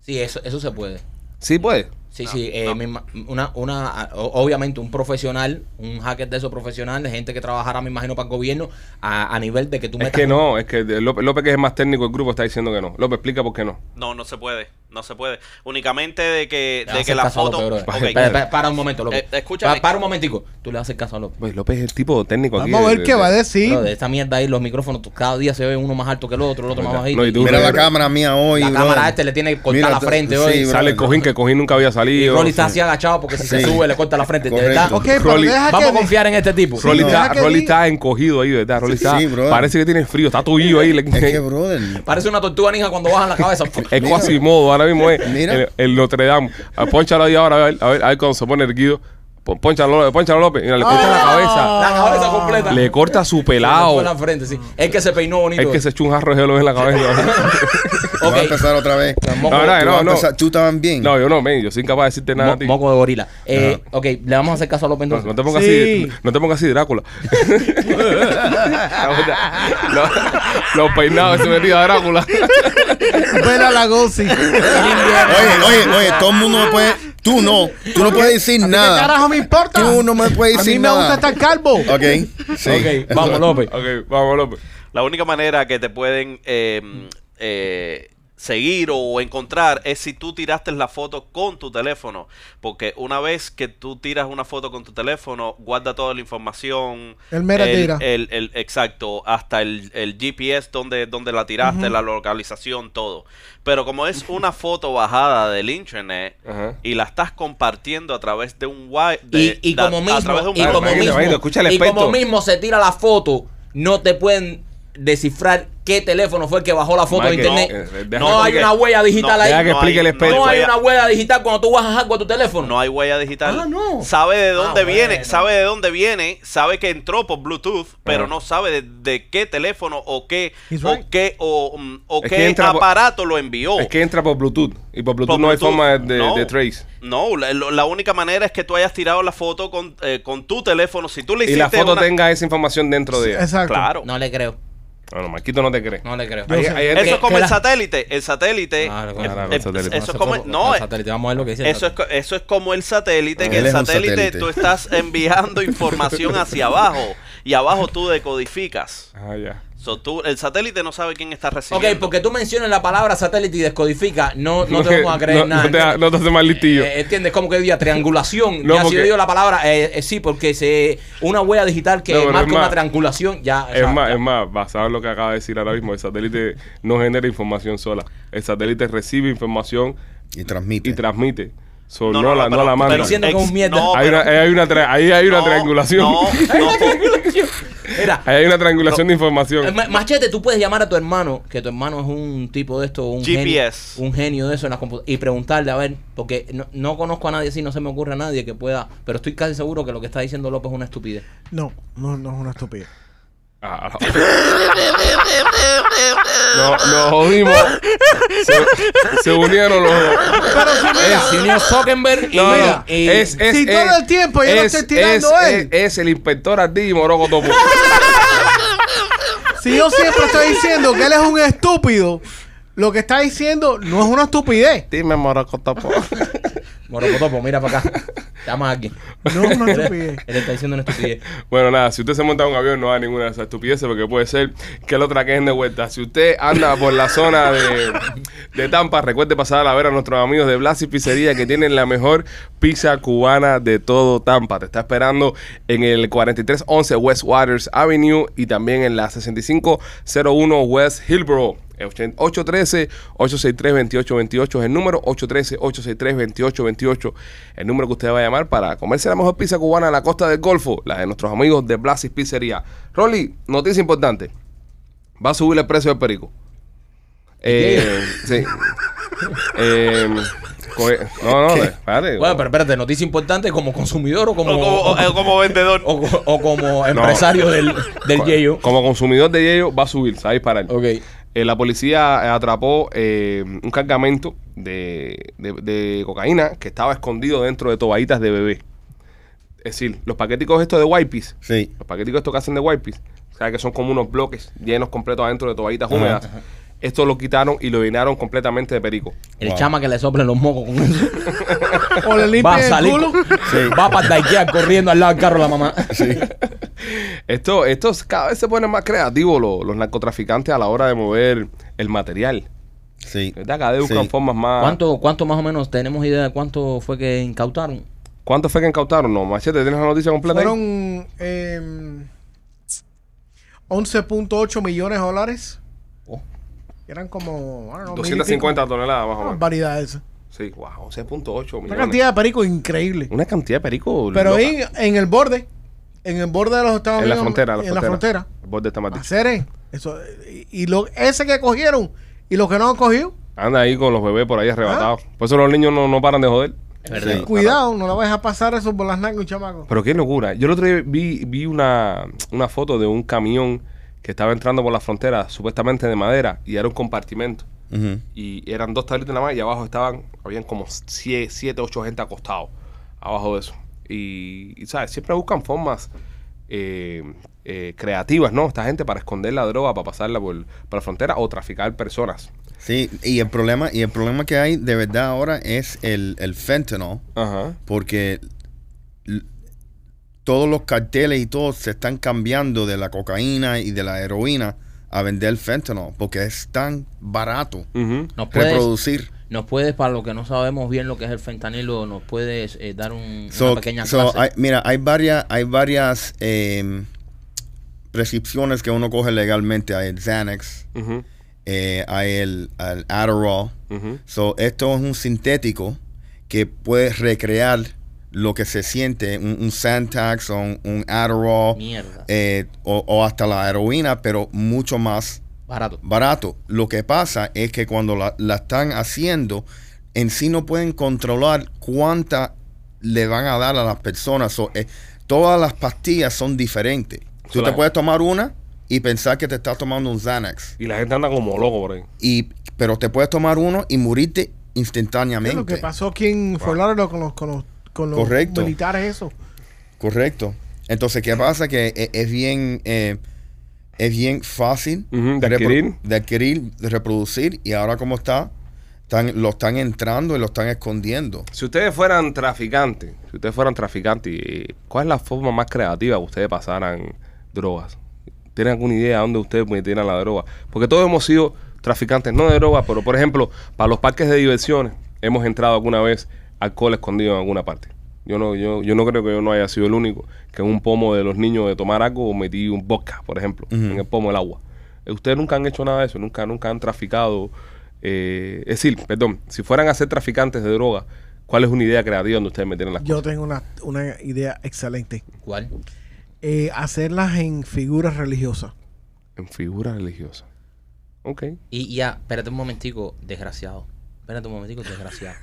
Sí, eso, eso se puede.
Sí, puedes.
Sí, sí, eh, misma- una, una, a- o- obviamente un profesional, un hacker de esos profesionales, gente que trabajara, me imagino, para el gobierno, a, a nivel de que tú
Es
metas
que no, es que de- López, López, que es el más técnico del grupo, está diciendo que no. López, explica por qué no.
No, no se puede. No se puede. Únicamente de que,
Le
de
haces
que la
caso a
foto.
eh.
López, bro.
Ok.
Espera, espera, para un momento, López.
Eh, escúchame.
Pa- para un momentico. Tú le haces caso a López.
Pues López es el tipo técnico aquí.
Vamos a
de-
ver
de-
qué va a decir.
Bro, de esta mierda ahí, los micrófonos, tú- cada día se ve uno más alto que el otro, el otro más
No,
bajito.
y tú-
Mira la
brother.
cámara mía hoy.
La
brother.
cámara este le tiene cortada la
t-
frente
sí,
hoy.
brother.
Sale el cojín, que el cojín nunca había
y
salido.
Rolly está así agachado porque si se
Sí.
sube le corta la frente. De
Correcto.
verdad,
Ok, pero
Rolly,
deja
vamos a
que-
confiar en este tipo.
Rolly,
Sí,
está,
deja que
Rolly
di-
está encogido ahí, ¿verdad? Rolly
Sí,
está,
sí, brother.
parece que tiene frío, está tuyo ahí. le-
Es que, brother.
Parece una tortuga ninja cuando bajan la cabeza.
es cuasi modo, ahora mismo es
Mira.
el, el Notre Dame. Ah, Pónchalo ahí ahora, a ver, a ver, a ver cuando se pone erguido. Pon- Pónchalo, pónchalo López. Mira, le corta la cabeza.
la cabeza completa.
Le corta su pelado.
Con la frente, sí. Es que se peinó bonito.
Es que se echó un jarro de hielo en la cabeza.
Tú vas a
Ok.
empezar otra vez.
Moco-
No, no,
Tú vas a
no, no.
empezar- Tú también.
No, yo no, men, yo soy incapaz de decirte nada a
mo-
ti.
moco de gorila. Eh, Ok, le vamos a hacer caso a López
No,
entonces.
no te pongas
Sí.
así, no te pongas así, Drácula. La verdad, lo- los peinados ese metido a Drácula.
Ven a la Gozzi.
Oye, oye, oye, todo el mundo me puede. Tú no. Tú no puedes decir
¿A ti
nada.
¿Qué carajo me importa?
Tú no me puedes
A mí
decir
me gusta
nada.
estar calvo.
Ok. Sí.
Ok, vamos, López.
pues. ok, vamos, López.
La única manera que te pueden em, eh, eh, seguir o encontrar es si tú tiraste la foto con tu teléfono. Porque una vez que tú tiras una foto con tu teléfono, guarda toda la información.
El mera
el-
tira.
el- el- exacto, hasta el, el GPS donde, donde la tiraste, la localización, todo. Pero como es una foto bajada del internet
Ajá.
y la estás compartiendo a través de un wi-
Y,
de-
y
da-
como
a
mismo,
través de un
y
Claro,
como
imagínate,
mismo,
imagínate, escucha al
y como
experto.
mismo se tira la foto, no te pueden descifrar qué teléfono fue el que bajó la foto
Mike,
de internet.
no, eh,
No,
deja que
hay
explique.
una huella digital
No,
ahí.
deja que
No,
explique el
hay-
experto.
no
hay
huella-
una huella digital cuando tú bajas algo a tu teléfono.
No hay huella digital.
Ah, no.
Sabe de dónde
Ah,
viene,
bueno.
sabe de dónde viene, sabe que entró por Bluetooth, pero
Ajá.
no sabe de, de qué teléfono o qué
He's
o
right.
qué o, mm, o
Es
qué
que entra por-
aparato lo envió.
Es que entra por Bluetooth. Y por Bluetooth
Oh. Por
no hay
Bluetooth,
forma de,
no.
de trace.
No, la, lo- la única manera es que tú hayas tirado la foto con, eh, con tu teléfono. Si tú le
Y
hiciste
la foto
una-
tenga esa información dentro de ella.
Exacto.
Claro.
No le creo.
Bueno, Marquito no te cree.
No le creo.
Yo
Hay-
sé.
hay gente
Eso es
que-
como
que
el
la-
satélite. El satélite.
Claro,
eh,
claro,
eh,
el satélite.
Eso es como. No,
el
eh,
satélite. Vamos a ver lo que dice. el
Eso es,
satélite.
co- eso es como el satélite, que
Él
el
es un
satélite,
satélite.
tú estás enviando información hacia abajo y abajo tú decodificas.
Ah, ya.
So, tú, el satélite no sabe quién está
Ok,
recibiendo.
porque tú mencionas la palabra satélite y descodifica, no, no te vamos a creer
no,
nada.
No te, ha- no te hace más listillo.
Eh, ¿Entiendes? Como que diga triangulación.
No,
ya si
porque-
yo digo la palabra, eh, eh, sí, porque se, una huella digital que
No, pero
marca
es
una
más-
triangulación, ya. o sea,
es más,
ya.
es más, basado en lo que acaba de decir ahora mismo, el satélite no genera información sola. El satélite recibe información
Y transmite.
y transmite. So, no, la, no
pero-
la manda.
pero-
Diciendo que es un mierda.
hay
pero-
una, ahí hay una tra- ahí hay una
no,
triangulación.
No, no,
Mira,
Ahí hay una triangulación de información.
eh, ma- Machete, tú puedes llamar a tu hermano, que tu hermano es un tipo de esto, un
GPS.
genio, un genio de eso en las compu- y preguntarle, a ver, porque no, no conozco a nadie así, no se me ocurre a nadie que pueda, pero estoy casi seguro que lo que está diciendo López es una estupidez.
No, no, no es una estupidez.
Ah, ah. no, nos jodimos. Se, se unieron los dos.
Si unió Zuckerberg y
No,
mira,
no,
y-
es, es,
si todo
es-
el tiempo yo lo estoy tirando
es,
a él.
Es, es el inspector Ardí Moroco Topo.
Si yo siempre estoy diciendo que él es un estúpido, lo que está diciendo no es una estupidez.
Dime Moroco Topo.
Morocotopo, pues, mira para acá. Llama a alguien.
No es una
Él
estupidez.
está diciendo una estupidez.
Bueno, nada, si usted se monta en un avión, no da ninguna de esas estupideces, porque puede ser que lo traquen de vuelta. Si usted anda por la zona de, de Tampa, recuerde pasar a ver a nuestros amigos de Blas y Pizzería, que tienen la mejor pizza cubana de todo Tampa. Te está esperando en el 4311 West Waters Avenue y también en la 6501 West Hillborough. 813-863-2828 es el número, 813-863-2828 el número que usted va a llamar para comerse la mejor pizza cubana de la costa del Golfo, la de nuestros amigos de Blasis Pizzería. Rolly, noticia importante, va a subir el precio del perico. Eh, sí. Eh, co- no, no, espérate.
Bueno, pero espérate, noticia importante como consumidor o como,
o como, o- o como vendedor.
o co- o como empresario del, del
Co-
Yeyo.
Como consumidor de Yeyo va a subir, ¿sabes? Para él.
Ok.
Eh, la policía eh, atrapó eh, un cargamento de, de- de cocaína que estaba escondido dentro de toallitas de bebé. Es decir, los paqueticos estos de wipes,
Sí.
los paqueticos estos que hacen de wipes, ¿sabes? Que son como unos bloques llenos completos adentro de toallitas húmedas. Esto lo quitaron y lo llenaron completamente de perico.
El
Wow.
chama que le soplen los mocos con eso.
O le
Va
limpian
a
el
salir.
culo.
Va para Ikea corriendo al lado del carro la mamá.
Esto, estos cada vez se ponen más creativos los, los narcotraficantes a la hora de mover el material.
Sí.
¿Verdad? Cada vez buscan
Sí.
formas más.
¿Cuánto, ¿Cuánto más o menos tenemos idea de cuánto fue que incautaron?
¿Cuánto fue que incautaron? No, Machete, ¿tienes la noticia completa? ahí?
Fueron eh, 11.8 millones de dólares.
Oh.
Eran como... I don't know, mil y pico.
250 toneladas más o
Una
menos.
barbaridad esa.
Sí, wow, 11.8 millones.
Una cantidad de perico increíble.
Una cantidad de perico.
Pero
loca.
ahí en el borde, en el borde de los Estados
en la
Unidos.
frontera,
En la frontera. Ah,
El borde está más dicho.
Hacer eh, eso. Y, y lo, ese que cogieron y los que no han cogido,
Anda ahí con los bebés por ahí arrebatados.
Ah.
Por eso los niños no, no paran de joder.
Sí.
cuidado, no la vas a pasar eso por las nalgas, chamaco.
Pero qué locura. Yo el otro día vi, vi una, una foto de un camión que estaba entrando por la frontera, supuestamente de madera, y era un compartimento.
Ujú.
Y eran dos tablitas nada más y abajo estaban, habían como 7, 8 gente acostados abajo de eso. Y, y, ¿sabes? Siempre buscan formas eh, eh, creativas, ¿no? Esta gente para esconder la droga, para pasarla por, por la frontera o traficar personas.
Sí, y el problema, y el problema que hay de verdad ahora es el, el fentanyl,
Ajá.
porque l- todos los carteles y todo se están cambiando de la cocaína y de la heroína a vender fentanyl porque es tan barato
Ujú.
¿Nos puedes,
reproducir.
nos puedes, para los que no sabemos bien lo que es el fentanilo, nos puedes eh, dar un,
So-
una pequeña
so,
clase?
hay- mira, hay varias, hay varias eh, prescripciones que uno coge legalmente. Hay el Xanax,
Ujú.
eh, hay el, el Adderall.
Ujú.
So, esto es un sintético que puede recrear lo que se siente, un, un Santax o un, un Adderall
Mierda.
eh, o, o hasta la heroína, pero mucho más
barato.
barato. Lo que pasa es que cuando la, la están haciendo, en sí no pueden controlar cuánta le van a dar a las personas. So, eh, todas las pastillas son diferentes. Tú
Claro.
te puedes tomar una y pensar que te estás tomando un Xanax.
Y la gente anda como loco por ahí.
Y, pero te puedes tomar uno y morirte
Es
instantáneamente.
lo que pasó aquí en Fort Lauderdale con los, con los, con los
Correcto.
militares, eso.
Correcto. Entonces, ¿qué pasa? Que e- es bien, eh, es bien fácil
Ujú, de
repro-
adquirir.
de adquirir, de reproducir, y ahora como está, están, lo están entrando y lo están escondiendo.
Si ustedes fueran traficantes, si ustedes fueran traficantes, eh, ¿cuál es la forma más creativa que ustedes pasaran drogas? ¿Tienen alguna idea de dónde ustedes metieran la droga? Porque todos hemos sido traficantes, no de drogas, pero por ejemplo, para los parques de diversiones, hemos entrado alguna vez alcohol escondido en alguna parte. Yo no, yo, yo no creo que yo no haya sido el único que en un pomo de los niños de tomar algo metí un vodka, por ejemplo, en el pomo del agua. Eh, Ustedes nunca han hecho nada de eso, nunca, nunca han traficado. eh, es decir, perdón, si fueran a ser traficantes de droga, ¿cuál es una idea creativa donde ustedes metieran las
Yo
cosas?
tengo una, una idea excelente.
¿Cuál?
Eh, hacerlas en figuras religiosas.
En figura religiosa. Ok.
¿Eh?
Y ya, espérate un momentico, desgraciado. Espérate un momentico, desgraciado.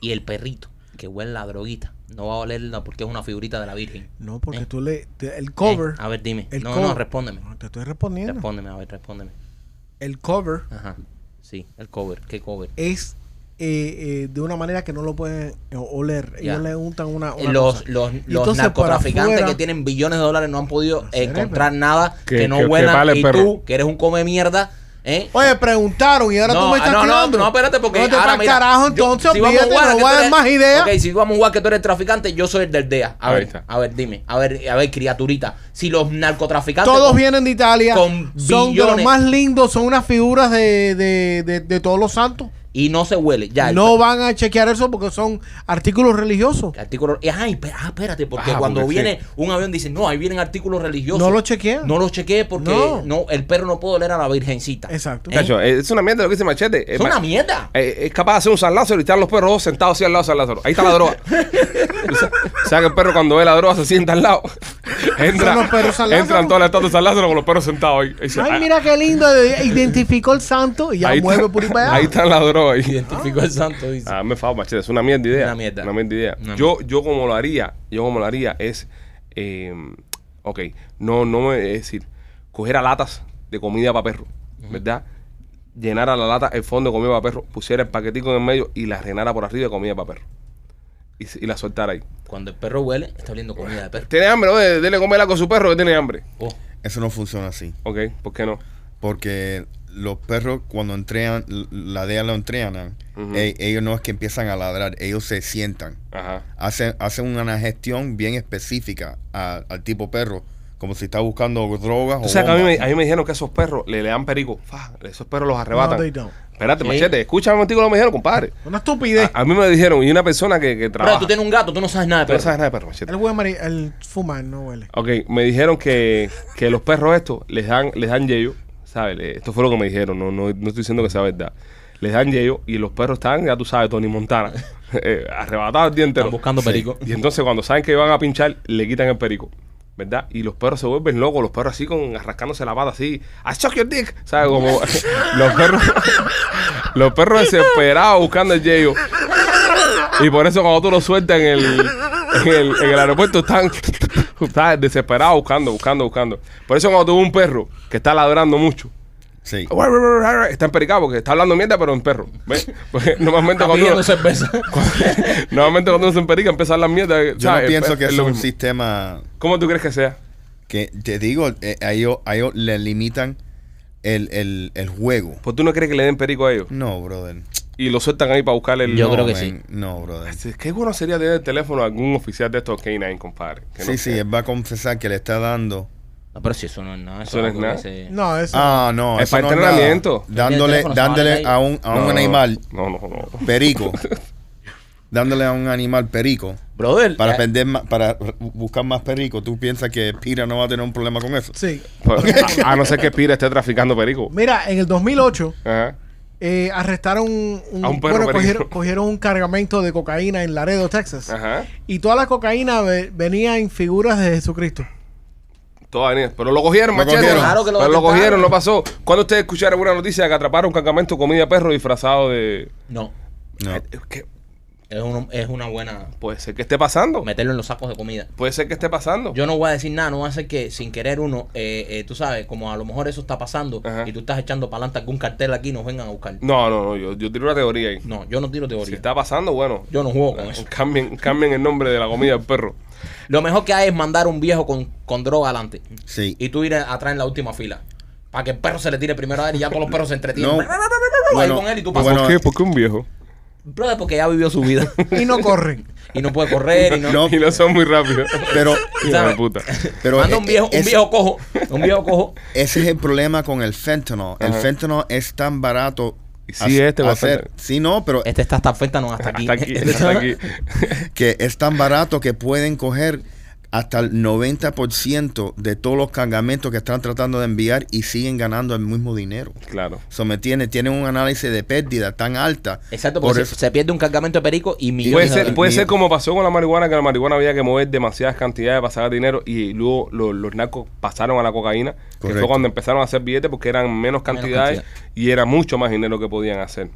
Y el perrito, que huele la droguita, no va a olerla porque es una figurita de la Virgen.
No, porque
Eh.
tú le... te- el cover...
Eh, a ver, dime.
el
no, no,
cover-
respóndeme.
No, te estoy respondiendo.
Respóndeme, a ver, respóndeme.
el cover
Ajá. Sí, el cover. ¿Qué cover?
es eh, eh, de una manera que no lo pueden eh, oler. Ellos
Ya.
le untan una... una
Eh, los
cosa.
los,
Y
los
entonces,
narcotraficantes
para afuera-
que tienen billones de dólares no han podido
serio,
encontrar nada que,
Que-
no
que- que
huela.
vale el
y
perro.
tú, que eres un come mierda, ¿eh?
Oye, preguntaron y ahora
no,
tú me
ah,
estás
no, no,
tirando.
no, espérate, porque
Vete
ahora
pa'l
mira,
carajo,
yo-
entonces,
si vamos a
olvídate,
jugar,
no
que
voy a
tú
dar
eres-
más ideas.
Ok, si vamos a jugar que tú eres traficante, yo soy el del DEA. A
Ahí
ver,
está.
a ver, dime, a ver, a ver, criaturita. Si los narcotraficantes.
Todos
con-
vienen de Italia.
con
son de los
billones.
más lindos, son unas figuras de, de, de, de todos los santos.
Y no se huele, ya. el
No van a chequear eso porque son artículos religiosos.
Artículos. eh, Ay, espera- ah, espérate, porque
Ah,
cuando
porque
viene un avión dice, no, ahí vienen artículos religiosos.
No lo chequean.
No lo chequeé porque
No.
no. el perro no puede oler a la virgencita.
Exacto.
¿Eh?
Cacho, eh, es una mierda lo que dice Machete. Eh,
Es una
ma-
mierda.
eh, es capaz de hacer un San Lázaro y están los perros dos sentados así al lado de San Lázaro. Ahí está la droga. o, sea, o sea que el perro cuando ve la droga se sienta al lado. Entra,
Son los perros San Lázaro.
entran todas las estatuas de San Lázaro con los perros sentados ahí. Y dice, "Ah,
Ay, mira qué lindo. de- Identificó el santo y ya
ahí
mueve
está-
por ahí para allá.
Ahí está la droga. ahí.
Identificó al santo, dice.
Ah, me fago, machete. Es una mierda idea.
Una mierda.
idea.
Una
yo, yo como lo haría, yo como lo haría es, eh, ok, no, no me- es decir, coger a latas de comida para perro, ¿verdad? Llenar a la lata el fondo de comida para perro, pusiera el paquetico en el medio y la rellenara por arriba de comida para perro. Y, se- y la soltara ahí.
Cuando el perro huele, está oliendo comida de perro.
¿Tiene hambre? Oye, dele comer algo a su perro que tiene hambre.
Oh,
Eso no funciona así.
Ok, ¿por qué no?
Porque los perros cuando entrenan, l- la DEA lo entrenan,
Ujú.
e- ellos no es que empiezan a ladrar, ellos se sientan.
Ajá.
Hacen, hacen una gestión bien específica a- al tipo perro, como si está buscando drogas
Tú
o
sabes que
Oh,
a mí,
bombas.
me, a mí me dijeron que esos perros le, le dan perico. Fa, esos perros los arrebatan.
No, they don't.
Espérate,
Sí.
machete, escúchame un momentico lo que me dijeron, compadre.
Una estupidez.
A, a mí me dijeron, y una persona que, que
Pero
trabaja.
tú tienes un gato, tú no sabes nada de
Tú no
perro.
sabes nada de perros, machete.
El huele mari- el fumar no huele.
Ok, me dijeron que, que los perros estos les dan, les dan yello, ¿sabes? Le- Esto fue lo que me dijeron, no, no, no estoy diciendo que sea verdad. Les dan yello y los perros están, ya tú sabes, Tony Montana, eh, arrebatados el día entero.
Están buscando perico.
Y entonces cuando saben que van a pinchar, le quitan el perico. ¿Verdad? Y los perros se vuelven locos, los perros así con arrascándose la pata así, I suck your dick, ¿sabes? Como los perros, los perros desesperados buscando el yello. Y por eso cuando tú lo sueltas en el, en el, en el aeropuerto están, están desesperados buscando, buscando, buscando. Por eso cuando tú ves un perro que está ladrando mucho,
Sí.
está empericado porque está hablando mierda pero en perro. ¿Ves? Porque normalmente
Está
cuando,
pidiendo
uno,
cerveza.
normalmente cuando uno se emperica empieza a hablar mierda.
Yo
¿sabes?
no pienso que
Es
es
lo
un
mismo.
sistema
¿Cómo tú crees que sea?
que, te digo, eh, a, ellos, a ellos le limitan el, el- el juego.
Pues tú no crees que le den perico a ellos
No, brother.
y lo sueltan ahí para buscar el. Este,
Yo
No,
creo que
man.
sí.
No, brother.
Qué bueno sería tener el teléfono a algún oficial de estos K9, compadre. que no-
Sí, sí, él va a confesar que le está dando
No, Ah, pero si eso no es nada.
Eso no es
algo que
nada.
se-
No, eso.
Ah, no.
Es
eso
para
no nada.
entrenamiento.
Dándole,
Tiene el teléfono, se
dándole
va a
a un, a un
No,
animal
No, no, no.
perico. dándole a un animal perico.
Brother,
Para,
eh,
vender ma- para r- buscar más perico, ¿tú piensas que Pira no va a tener un problema con eso?
Sí.
Pues, a no ser que Pira esté traficando perico.
Mira, en el 2008
Ajá.
eh, arrestaron un,
A un perro
bueno, cogieron,
perico.
cogieron un cargamento de cocaína en Laredo, Texas.
Ajá.
Y toda la cocaína ve- venía en figuras de Jesucristo.
Todo venía. Pero lo cogieron,
Lo
machete.
cogieron.
Claro que lo
Pero lo
atentaron.
cogieron, no pasó. ¿Cuándo ustedes escucharon una noticia de que atraparon un cargamento de comida de perro disfrazado de.
no.
No.
Eh, ¿qué?
Es, un- es una buena.
Puede ser que esté pasando.
Meterlo en los sacos de comida.
Puede ser que esté pasando.
Yo no voy a decir nada, no va a ser que sin querer uno, eh, eh, tú sabes, como a lo mejor eso está pasando
Ajá.
y tú estás echando para adelante algún cartel aquí y nos vengan a buscar.
No, no, no. Yo, yo tiro una teoría ahí.
No, yo no tiro
Si
teoría.
está pasando, bueno.
Yo no juego con eso.
Cambien, cambien el nombre de la comida del perro.
Lo mejor que hay es mandar un viejo con, con droga adelante.
Sí.
Y tú ir atrás en la última fila. Para que el perro se le tire primero a él y ya todos los perros se entretienen.
No.
Ahí
Bueno,
con él y tú pasas.
bueno.
¿Por qué? ¿Por qué un viejo?
Brother, porque ya vivió su vida.
Y no corren.
y no puede correr y no.
No,
Y no son muy rápidos.
Pero,
Hijo de puta.
pero
Manda un
eh,
viejo, un
es-
viejo cojo. Un viejo cojo.
ese es el problema con el fentanyl. El
Ajá.
fentanyl es tan barato.
Y sí,
ha-
este va a
hacer.
ser-
Sí, no, pero
Este está hasta fenta, no hasta aquí.
Hasta aquí, hasta aquí.
que es tan barato que pueden coger hasta el 90% de todos los cargamentos que están tratando de enviar y siguen ganando el mismo dinero.
Claro.
Eso me tiene, tiene un análisis de pérdida tan alta.
Exacto,
Por
porque
eso-
se, se pierde un cargamento de perico y
Puede
millones de
ser,
dólares.
puede
mío.
ser como pasó con la marihuana, que la marihuana había que mover demasiadas cantidades para sacar dinero y luego lo- los narcos pasaron a la cocaína, que fue
Correcto.
cuando empezaron a hacer billetes porque eran menos cantidades y era mucho más dinero que podían hacer.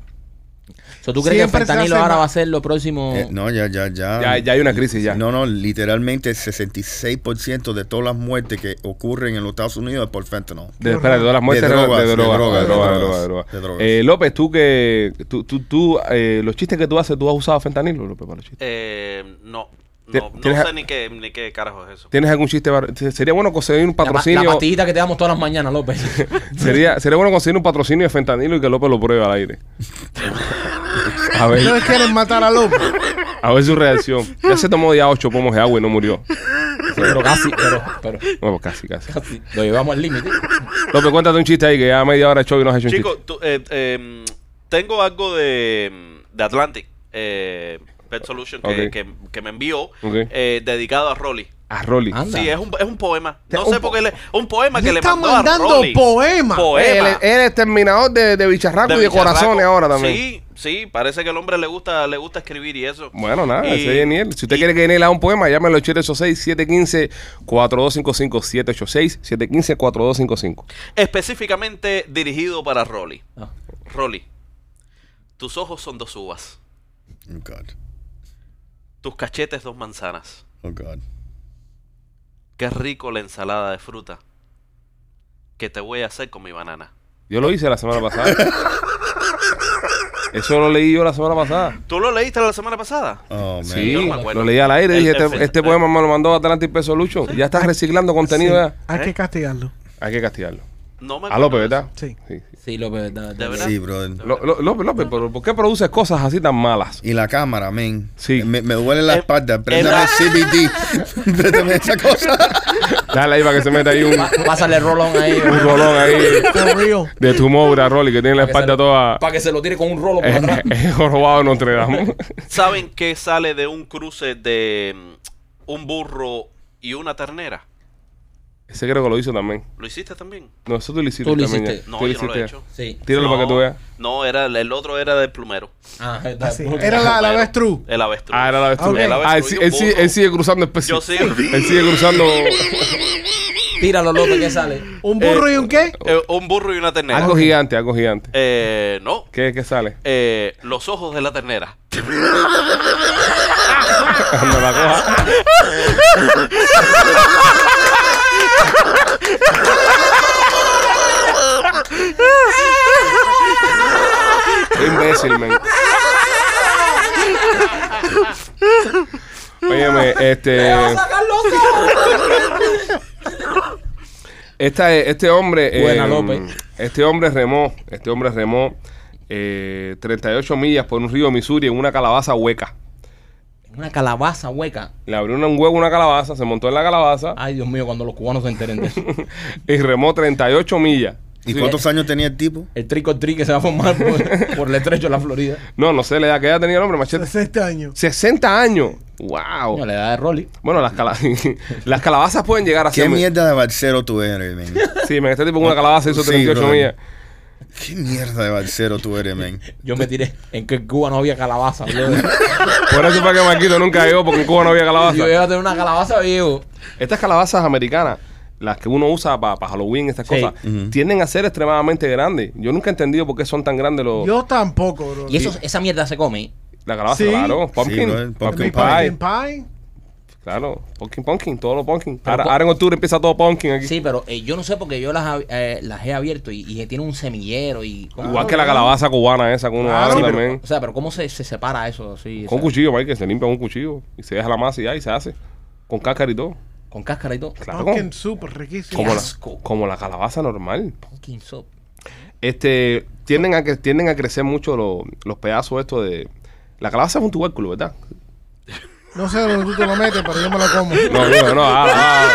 So, ¿Tú crees
Siempre
que
se
el fentanilo
hace
ahora
más-
va a ser lo próximo?
Eh, no, ya, ya, ya.
Ya, ya hay una crisis ya.
No, no, literalmente el 66% de todas las muertes que ocurren en los Estados Unidos es por fentanyl.
De, espera, de todas las muertes
De
eran
drogas,
de
de
droga,
drogas,
de droga,
de
de droga,
drogas,
de droga.
de drogas.
Eh, López, tú que tú, tú, tú, eh, los chistes que tú haces, tú has usado fentanilo, López, para los chistes.
Eh, no,
Ti-
no, no
tienes a-
sé ni qué, ni qué carajo es eso.
¿Tienes algún chiste? bar- se- Sería bueno conseguir un
La pa-
patrocinio.
La, pastillita que te damos todas las mañanas, López.
Sería, sería bueno conseguir un patrocinio de fentanilo y que López lo pruebe al aire. A ver,
Ustedes quieren matar a López.
a ver su reacción. Ya se tomó ya ocho pomos de agua y no murió.
pero casi, pero, pero
Bueno, casi, casi.
casi. Lo llevamos al límite.
López, cuéntate un chiste ahí que ya media hora de show y no has hecho un
Chicos,
chiste.
tú- eh, eh, tengo algo de, de Atlantic, eh, Pet Solution, que,
Ok.
que- que me envió,
Ok.
eh, dedicado a Rolly.
A Ah, Rolly.
Anda.
Sí, eh. es un, es un poema. No
Un
sé
po-
por qué le- Un poema
Le
que le
está
mandó a
mandando
Rolly.
poema.
Poema.
el terminador de, de bicharraco
De bicharraco. Sí, sí, parece que al hombre le gusta, le gusta escribir y eso.
Bueno, nada,
Y-
ese es Daniel. Si usted
y-
quiere que Daniel haga un poema, llámelo al 786 715 4255 786 715-4255.
Específicamente dirigido para Rolly.
Ah.
Rolly, tus ojos son dos uvas,
Oh, God.
tus cachetes dos manzanas.
Oh, God.
Qué rico la ensalada de fruta que te voy a hacer con mi banana.
Yo lo hice la semana pasada. Eso lo leí yo la semana pasada.
¿Tú lo leíste la semana pasada?
Oh, man.
Sí,
Yo no me acuerdo.
lo leí al aire.
El-
Dije,
el-
este, este
el-
poema me lo mandó Atlantic Peso Lucho. Ya estás reciclando contenido.
Sí,
ya.
Hay
¿Eh?
que castigarlo.
Hay que castigarlo.
No me
A López,
acuerdo.
¿verdad?
Sí.
Sí. sí.
Sí, López, da- da-
De verdad.
Sí, brother.
Lo- lo- López, López, ¿pero ¿por qué produces cosas así tan malas?
Y la cámara, men.
Sí.
Me, me duele la
Eh,
espalda.
eh,
Préndame el CBD. Préndame esa cosa.
Dale ahí para que se meta ahí un,
Pa- Pásale el rolón ahí.
un rolón ahí
For real.
de tumor a Rolly que tiene la espalda toda.
Para que se lo tire con un rolo
Eh.
por atrás.
Es jorobado en Notre Dame.
¿Saben qué sale de un cruce de mm, un burro y una ternera?
Ese creo que lo hizo también.
¿Lo hiciste también?
No, eso tú lo hiciste
Tú lo
también.
hiciste.
ya.
No,
Tú
yo no lo he
hiciste ya.
hecho.
Sí.
Tíralo
No,
para que tú veas.
No, era, el otro era del plumero.
Ah, está-
Así. Era la, la avestruz.
El avestruz.
Ah, era la vez
Ok.
tuya. Ah, él, sí- él sí- él sigue cruzando
Yo
especies.
sí.
Él sigue cruzando
Tíralo, López, que sale.
¿Un burro y un qué?
Eh, un burro y una ternera.
algo gigante, algo gigante.
Eh, no.
¿Qué, qué sale?
Eh, los ojos de la ternera.
Cuando la coja. Qué imbécil, men. Óyeme, este. Esta, es- este hombre.
Buena,
eh,
López.
Este hombre remó. Este hombre remó eh, 38 millas por un río Missouri en una calabaza hueca.
Una calabaza hueca.
Le abrió un huevo a una calabaza, se montó en la calabaza
Ay, Dios mío, cuando los cubanos se enteren de eso.
y remó 38 millas.
¿Y cuántos años tenía el tipo?
El trico tri que se va a formar por, por el estrecho de la Florida.
No, no sé la edad que ya tenía el hombre, machete.
60 años.
60 años. ¡Wow!
Coño, la edad de Rolly.
Bueno, las, cala- las calabazas pueden llegar a
¿Qué
ser.
mierda de barcero tú eres, men?
Sí, me este tipo con una calabaza hizo
Sí,
38
brother.
millas.
¿Qué mierda de barcero tú eres, men?
Yo me tiré en que en Cuba no había calabaza. brother.
Por eso fue que Marquito nunca llegó, porque en Cuba no había
Yo
calabaza.
iba a tener una calabaza viejo.
Estas calabazas americanas, las que uno usa para Halloween, estas
Sí.
cosas, tienden a ser extremadamente grandes. Yo nunca he entendido por qué son tan grandes los.
Yo tampoco, bro.
Y eso, esa mierda se come. ¿eh?
La calabaza,
Sí.
claro.
Sí,
Pumpkin.
bro, el
pumpkin,
pumpkin
pie.
Pumpkin pie.
Claro. Pumpkin, pumpkin. Todo lo pumpkin.
Pero
Ahora,
pu-
ahora en octubre empieza todo pumpkin aquí.
Sí, pero eh, yo no sé porque yo las, ab- eh, las he abierto y, y tiene un semillero y... ¿cómo?
Igual que la calabaza cubana esa que uno
Claro.
abre
Sí, pero-
también.
O sea, pero ¿cómo se, se separa eso así?
Con un
o sea,
cuchillo, Mike, que se limpia con un cuchillo y se deja la masa y ya, y se hace. Con cáscara y todo.
con cáscara y todo.
Claro.
Pumpkin soup, riquísimo.
Como la,
asco.
como la calabaza normal.
Pumpkin soup.
Este, tienden a, cre- tienden a crecer mucho lo- los pedazos estos de... La calabaza es un tubérculo, ¿verdad?
No sé dónde tú te lo metes, pero yo me lo como.
No, no, no, ah, ah.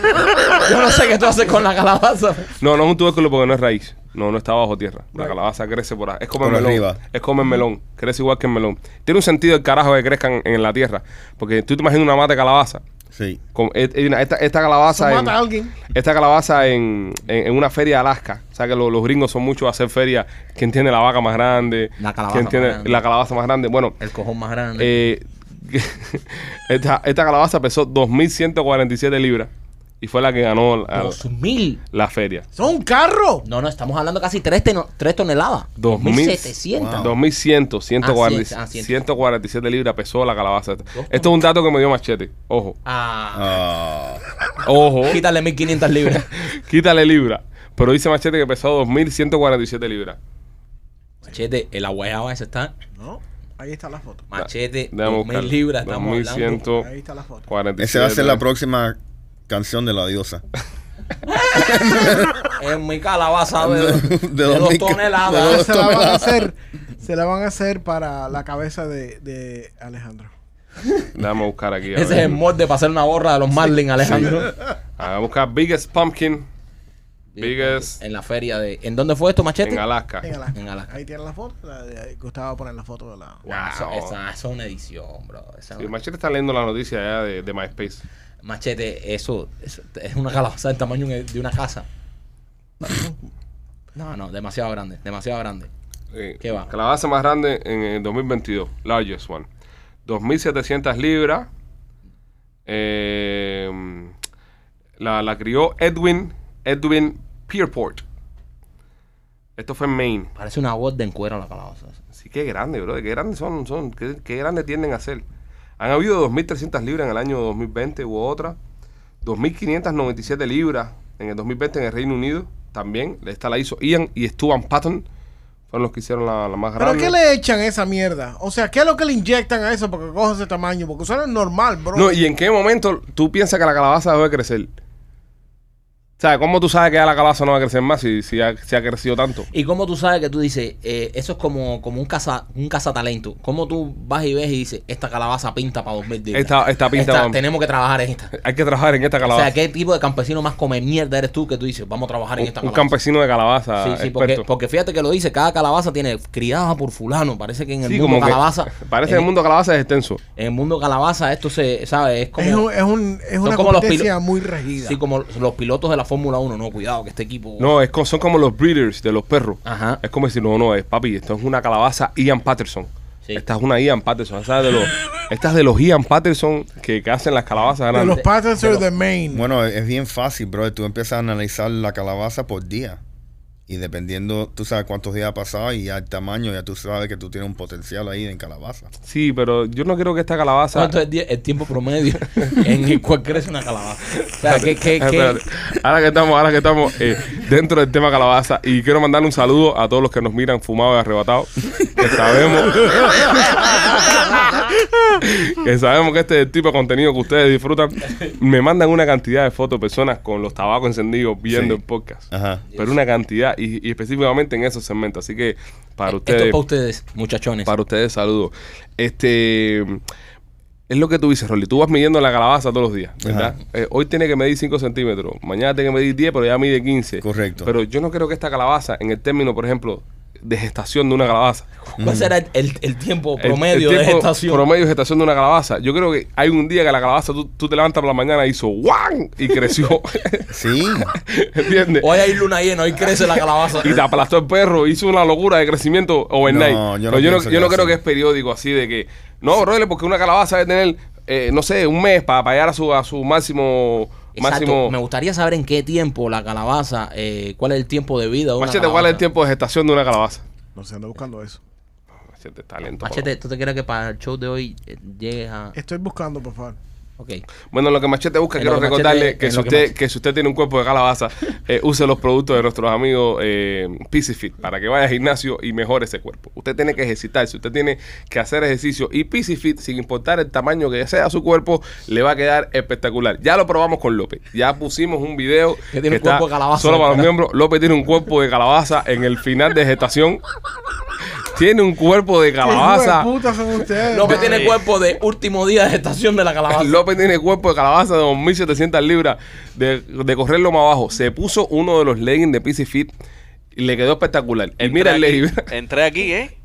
Yo no sé qué tú haces con la calabaza.
no, no es un tubérculo porque no es raíz. No, no está bajo tierra. La calabaza crece por ahí. Es como el
Por
melón.
arriba.
Es como el melón. Crece igual que el melón. Tiene un sentido el carajo que crezcan en la tierra. Porque tú te imaginas una mata de calabaza.
Sí.
Con- et- et- esta, esta calabaza...
Eso
en-
mata a alguien.
Esta calabaza en, en- en una feria de Alaska. O sea que lo- los gringos son muchos a hacer ferias. ¿Quién tiene la vaca más grande?
La calabaza
¿Quién tiene
más grande.
la calabaza más grande? Bueno,
El cojón más grande.
eh, esta, esta calabaza pesó 2.147 libras y fue la que ganó la,
Dos mil.
la feria.
Son un carro.
No, no, estamos hablando casi tres, teno- tres toneladas.
Dos mil-
2700.
Wow.
2.100, 140
Ah, cien- ah,
147 libras pesó la calabaza. esta. Esto es un dato que me dio Machete. Ojo,
Ah,
Ah,
ojo,
quítale 1500 libras.
quítale libra. Pero dice Machete que pesó 2.147 libras.
Machete, el aguayaba ese está.
No, ahí está la foto.
Machete,
Déjame
2000
buscarlo.
libras. Estamos
2100.
hablando.
Ahí está la foto.
47
esa va a ser la próxima canción de la diosa.
En mi calabaza de,
De
de,
dos
dos
mil ca- de
toneladas.
dos-
Se la van a hacer, se la van a hacer para la cabeza de, de Alejandro.
Déjame buscar aquí. a
Ese es
ver.
el molde para hacer una gorra de los Marlin, Alejandro.
Ah, Vamos a buscar Biggest Pumpkin Biggest.
En la feria de. ¿En dónde fue esto, Machete?
en Alaska.
En Alaska.
En Alaska.
Ahí tiene la foto. la de- ahí Gustavo poner la foto de la.
Wow, eso, esa- eso es una edición, bro. Esa-
Sí, Machete está leyendo la noticia allá de, de MySpace.
Machete, eso, eso es una calabaza del tamaño de una casa. No, no, demasiado grande, demasiado grande.
Eh,
¿Qué va?
Calabaza más grande en el 2022. Largest one. 2.700 libras. Eh, la, la crió Edwin, Edwin Pierpont. Esto fue en Maine.
Parece una voz de encuero la calabaza. esa.
Sí, qué grande, bro. Qué grandes son, son qué, qué grandes tienden a ser. Han habido 2.300 libras en el año 2020 u otra. 2.597 libras en el 2020 en el Reino Unido. También, esta la hizo Ian y Stuart Patton. Fueron los que hicieron la, la más
¿Pero
grande.
qué le echan a esa mierda? O sea, ¿qué es lo que le inyectan a eso porque coge ese tamaño? Porque eso no es normal, bro.
No, ¿y en qué momento tú piensas que la calabaza debe crecer? O sea, ¿cómo tú sabes que ya la calabaza no va a crecer más si, si, ha, si ha crecido tanto?
¿Y cómo tú sabes que tú dices, eh, eso es como, como un caza, un cazatalento? ¿Cómo tú vas y ves y dices, esta calabaza pinta para 2000 libras?
Esta- esta pinta para-
Tenemos que trabajar en esta.
Hay que trabajar en esta
O
calabaza.
sea, ¿qué tipo de campesino más come mierda eres tú que tú dices, vamos a trabajar en
un,
esta
un
calabaza?
campesino de calabaza.
Sí, sí, porque,
experto.
porque fíjate que lo dice, cada calabaza tiene criada por fulano, parece que en el
Sí,
mundo
como que-
calabaza...
Parece
en-
que el mundo calabaza es extenso.
En el mundo calabaza esto se, ¿sabes? Es como,
es, un- es, un, es una
como los
competencia
pilo-
muy regida.
sí, como los pilotos de la Fórmula 1. No, cuidado, que este equipo...
No, es co- son como los breeders de los perros.
Ajá.
Es como decir, no, no, es papi, esto es una calabaza Ian Patterson.
Sí.
Esta es una Ian Patterson. Esta es de los, esta es de los Ian Patterson que, que hacen las calabazas
de
grandes.
los Patterson de Maine.
Bueno, es es bien fácil, bro. Tú empiezas a analizar la calabaza por día. Y dependiendo, tú sabes cuántos días ha pasado y ya el tamaño, ya tú sabes que tú tienes un potencial ahí en calabaza.
Sí, pero yo no creo que esta calabaza.
¿Cuánto es die- el tiempo promedio en el cual crece una calabaza? O sea, que... que,
Ah,
que
espérate. Ahora que estamos, ahora que estamos eh, dentro del tema calabaza y quiero mandarle un saludo a todos los que nos miran fumados y arrebatados, que sabemos que sabemos que este es el tipo de contenido que ustedes disfrutan. Me mandan una cantidad de fotos de personas con los tabacos encendidos viendo
Sí.
el podcast.
Ajá.
Pero una cantidad y, y específicamente en esos segmentos, así que para
Esto es
ustedes
para ustedes, muchachones.
para ustedes, saludos. Este, es lo que tú dices, Rolly. Tú vas midiendo la calabaza todos los días, ¿verdad? Eh, hoy tiene que medir 5 centímetros, mañana tiene que medir 10, pero ya mide 15.
Correcto.
Pero yo no creo que esta calabaza, en el término, por ejemplo, de gestación de una calabaza,
¿Cuál será el, el- el tiempo
el-
promedio
el
de
tiempo
gestación?
Promedio de gestación de una calabaza. Yo creo que hay un día que la calabaza tú, tú te levantas por la mañana y hizo ¡guan! y creció.
Sí.
¿Entiendes?
Hoy hay luna llena, hoy crece la calabaza.
Y te aplastó el perro, hizo una locura de crecimiento overnight.
No, yo no
Pero yo no,
pienso
yo no
que
creo
así.
que es periódico así de que. No, brother, porque una calabaza debe tener, eh, no sé, un mes para, para llegar a su, a su máximo.
Exacto.
máximo
Me gustaría saber en qué tiempo la calabaza, eh, cuál es el tiempo de vida de una
Machete, ¿cuál es el
calabaza.
tiempo de gestación de una calabaza?
No se anda buscando eso.
Machete, está lento.
Machete, ¿tú te crees que para el show de hoy eh, llegues a...?
Estoy buscando, por favor.
Ok.
Bueno, en lo que Machete busca,
En
quiero
lo que
recordarle
Machete-
que,
en
si
lo que
usted, que,
Machete-
si usted tiene un cuerpo de calabaza, eh, use los productos de nuestros amigos eh, Pisifit para que vaya al gimnasio y mejore ese cuerpo. Usted tiene que ejercitarse, usted tiene que hacer ejercicio y Pisifit, sin importar el tamaño que sea su cuerpo, le va a quedar espectacular. Ya lo probamos con López, ya pusimos un video
Que tiene un cuerpo de calabaza,
solo para los
¿verdad?
miembros. López tiene un cuerpo de calabaza en el final de gestación. Tiene un cuerpo de calabaza.
¿Qué hijo de puta son ustedes?
López
madre?
tiene cuerpo de último día de gestación de la calabaza.
López tiene cuerpo de calabaza de 2.700 libras de, de correrlo más abajo. Se puso uno de los leggings de PC Fit y le quedó espectacular. El, mira el legging, mira,
Entré aquí, ¿eh?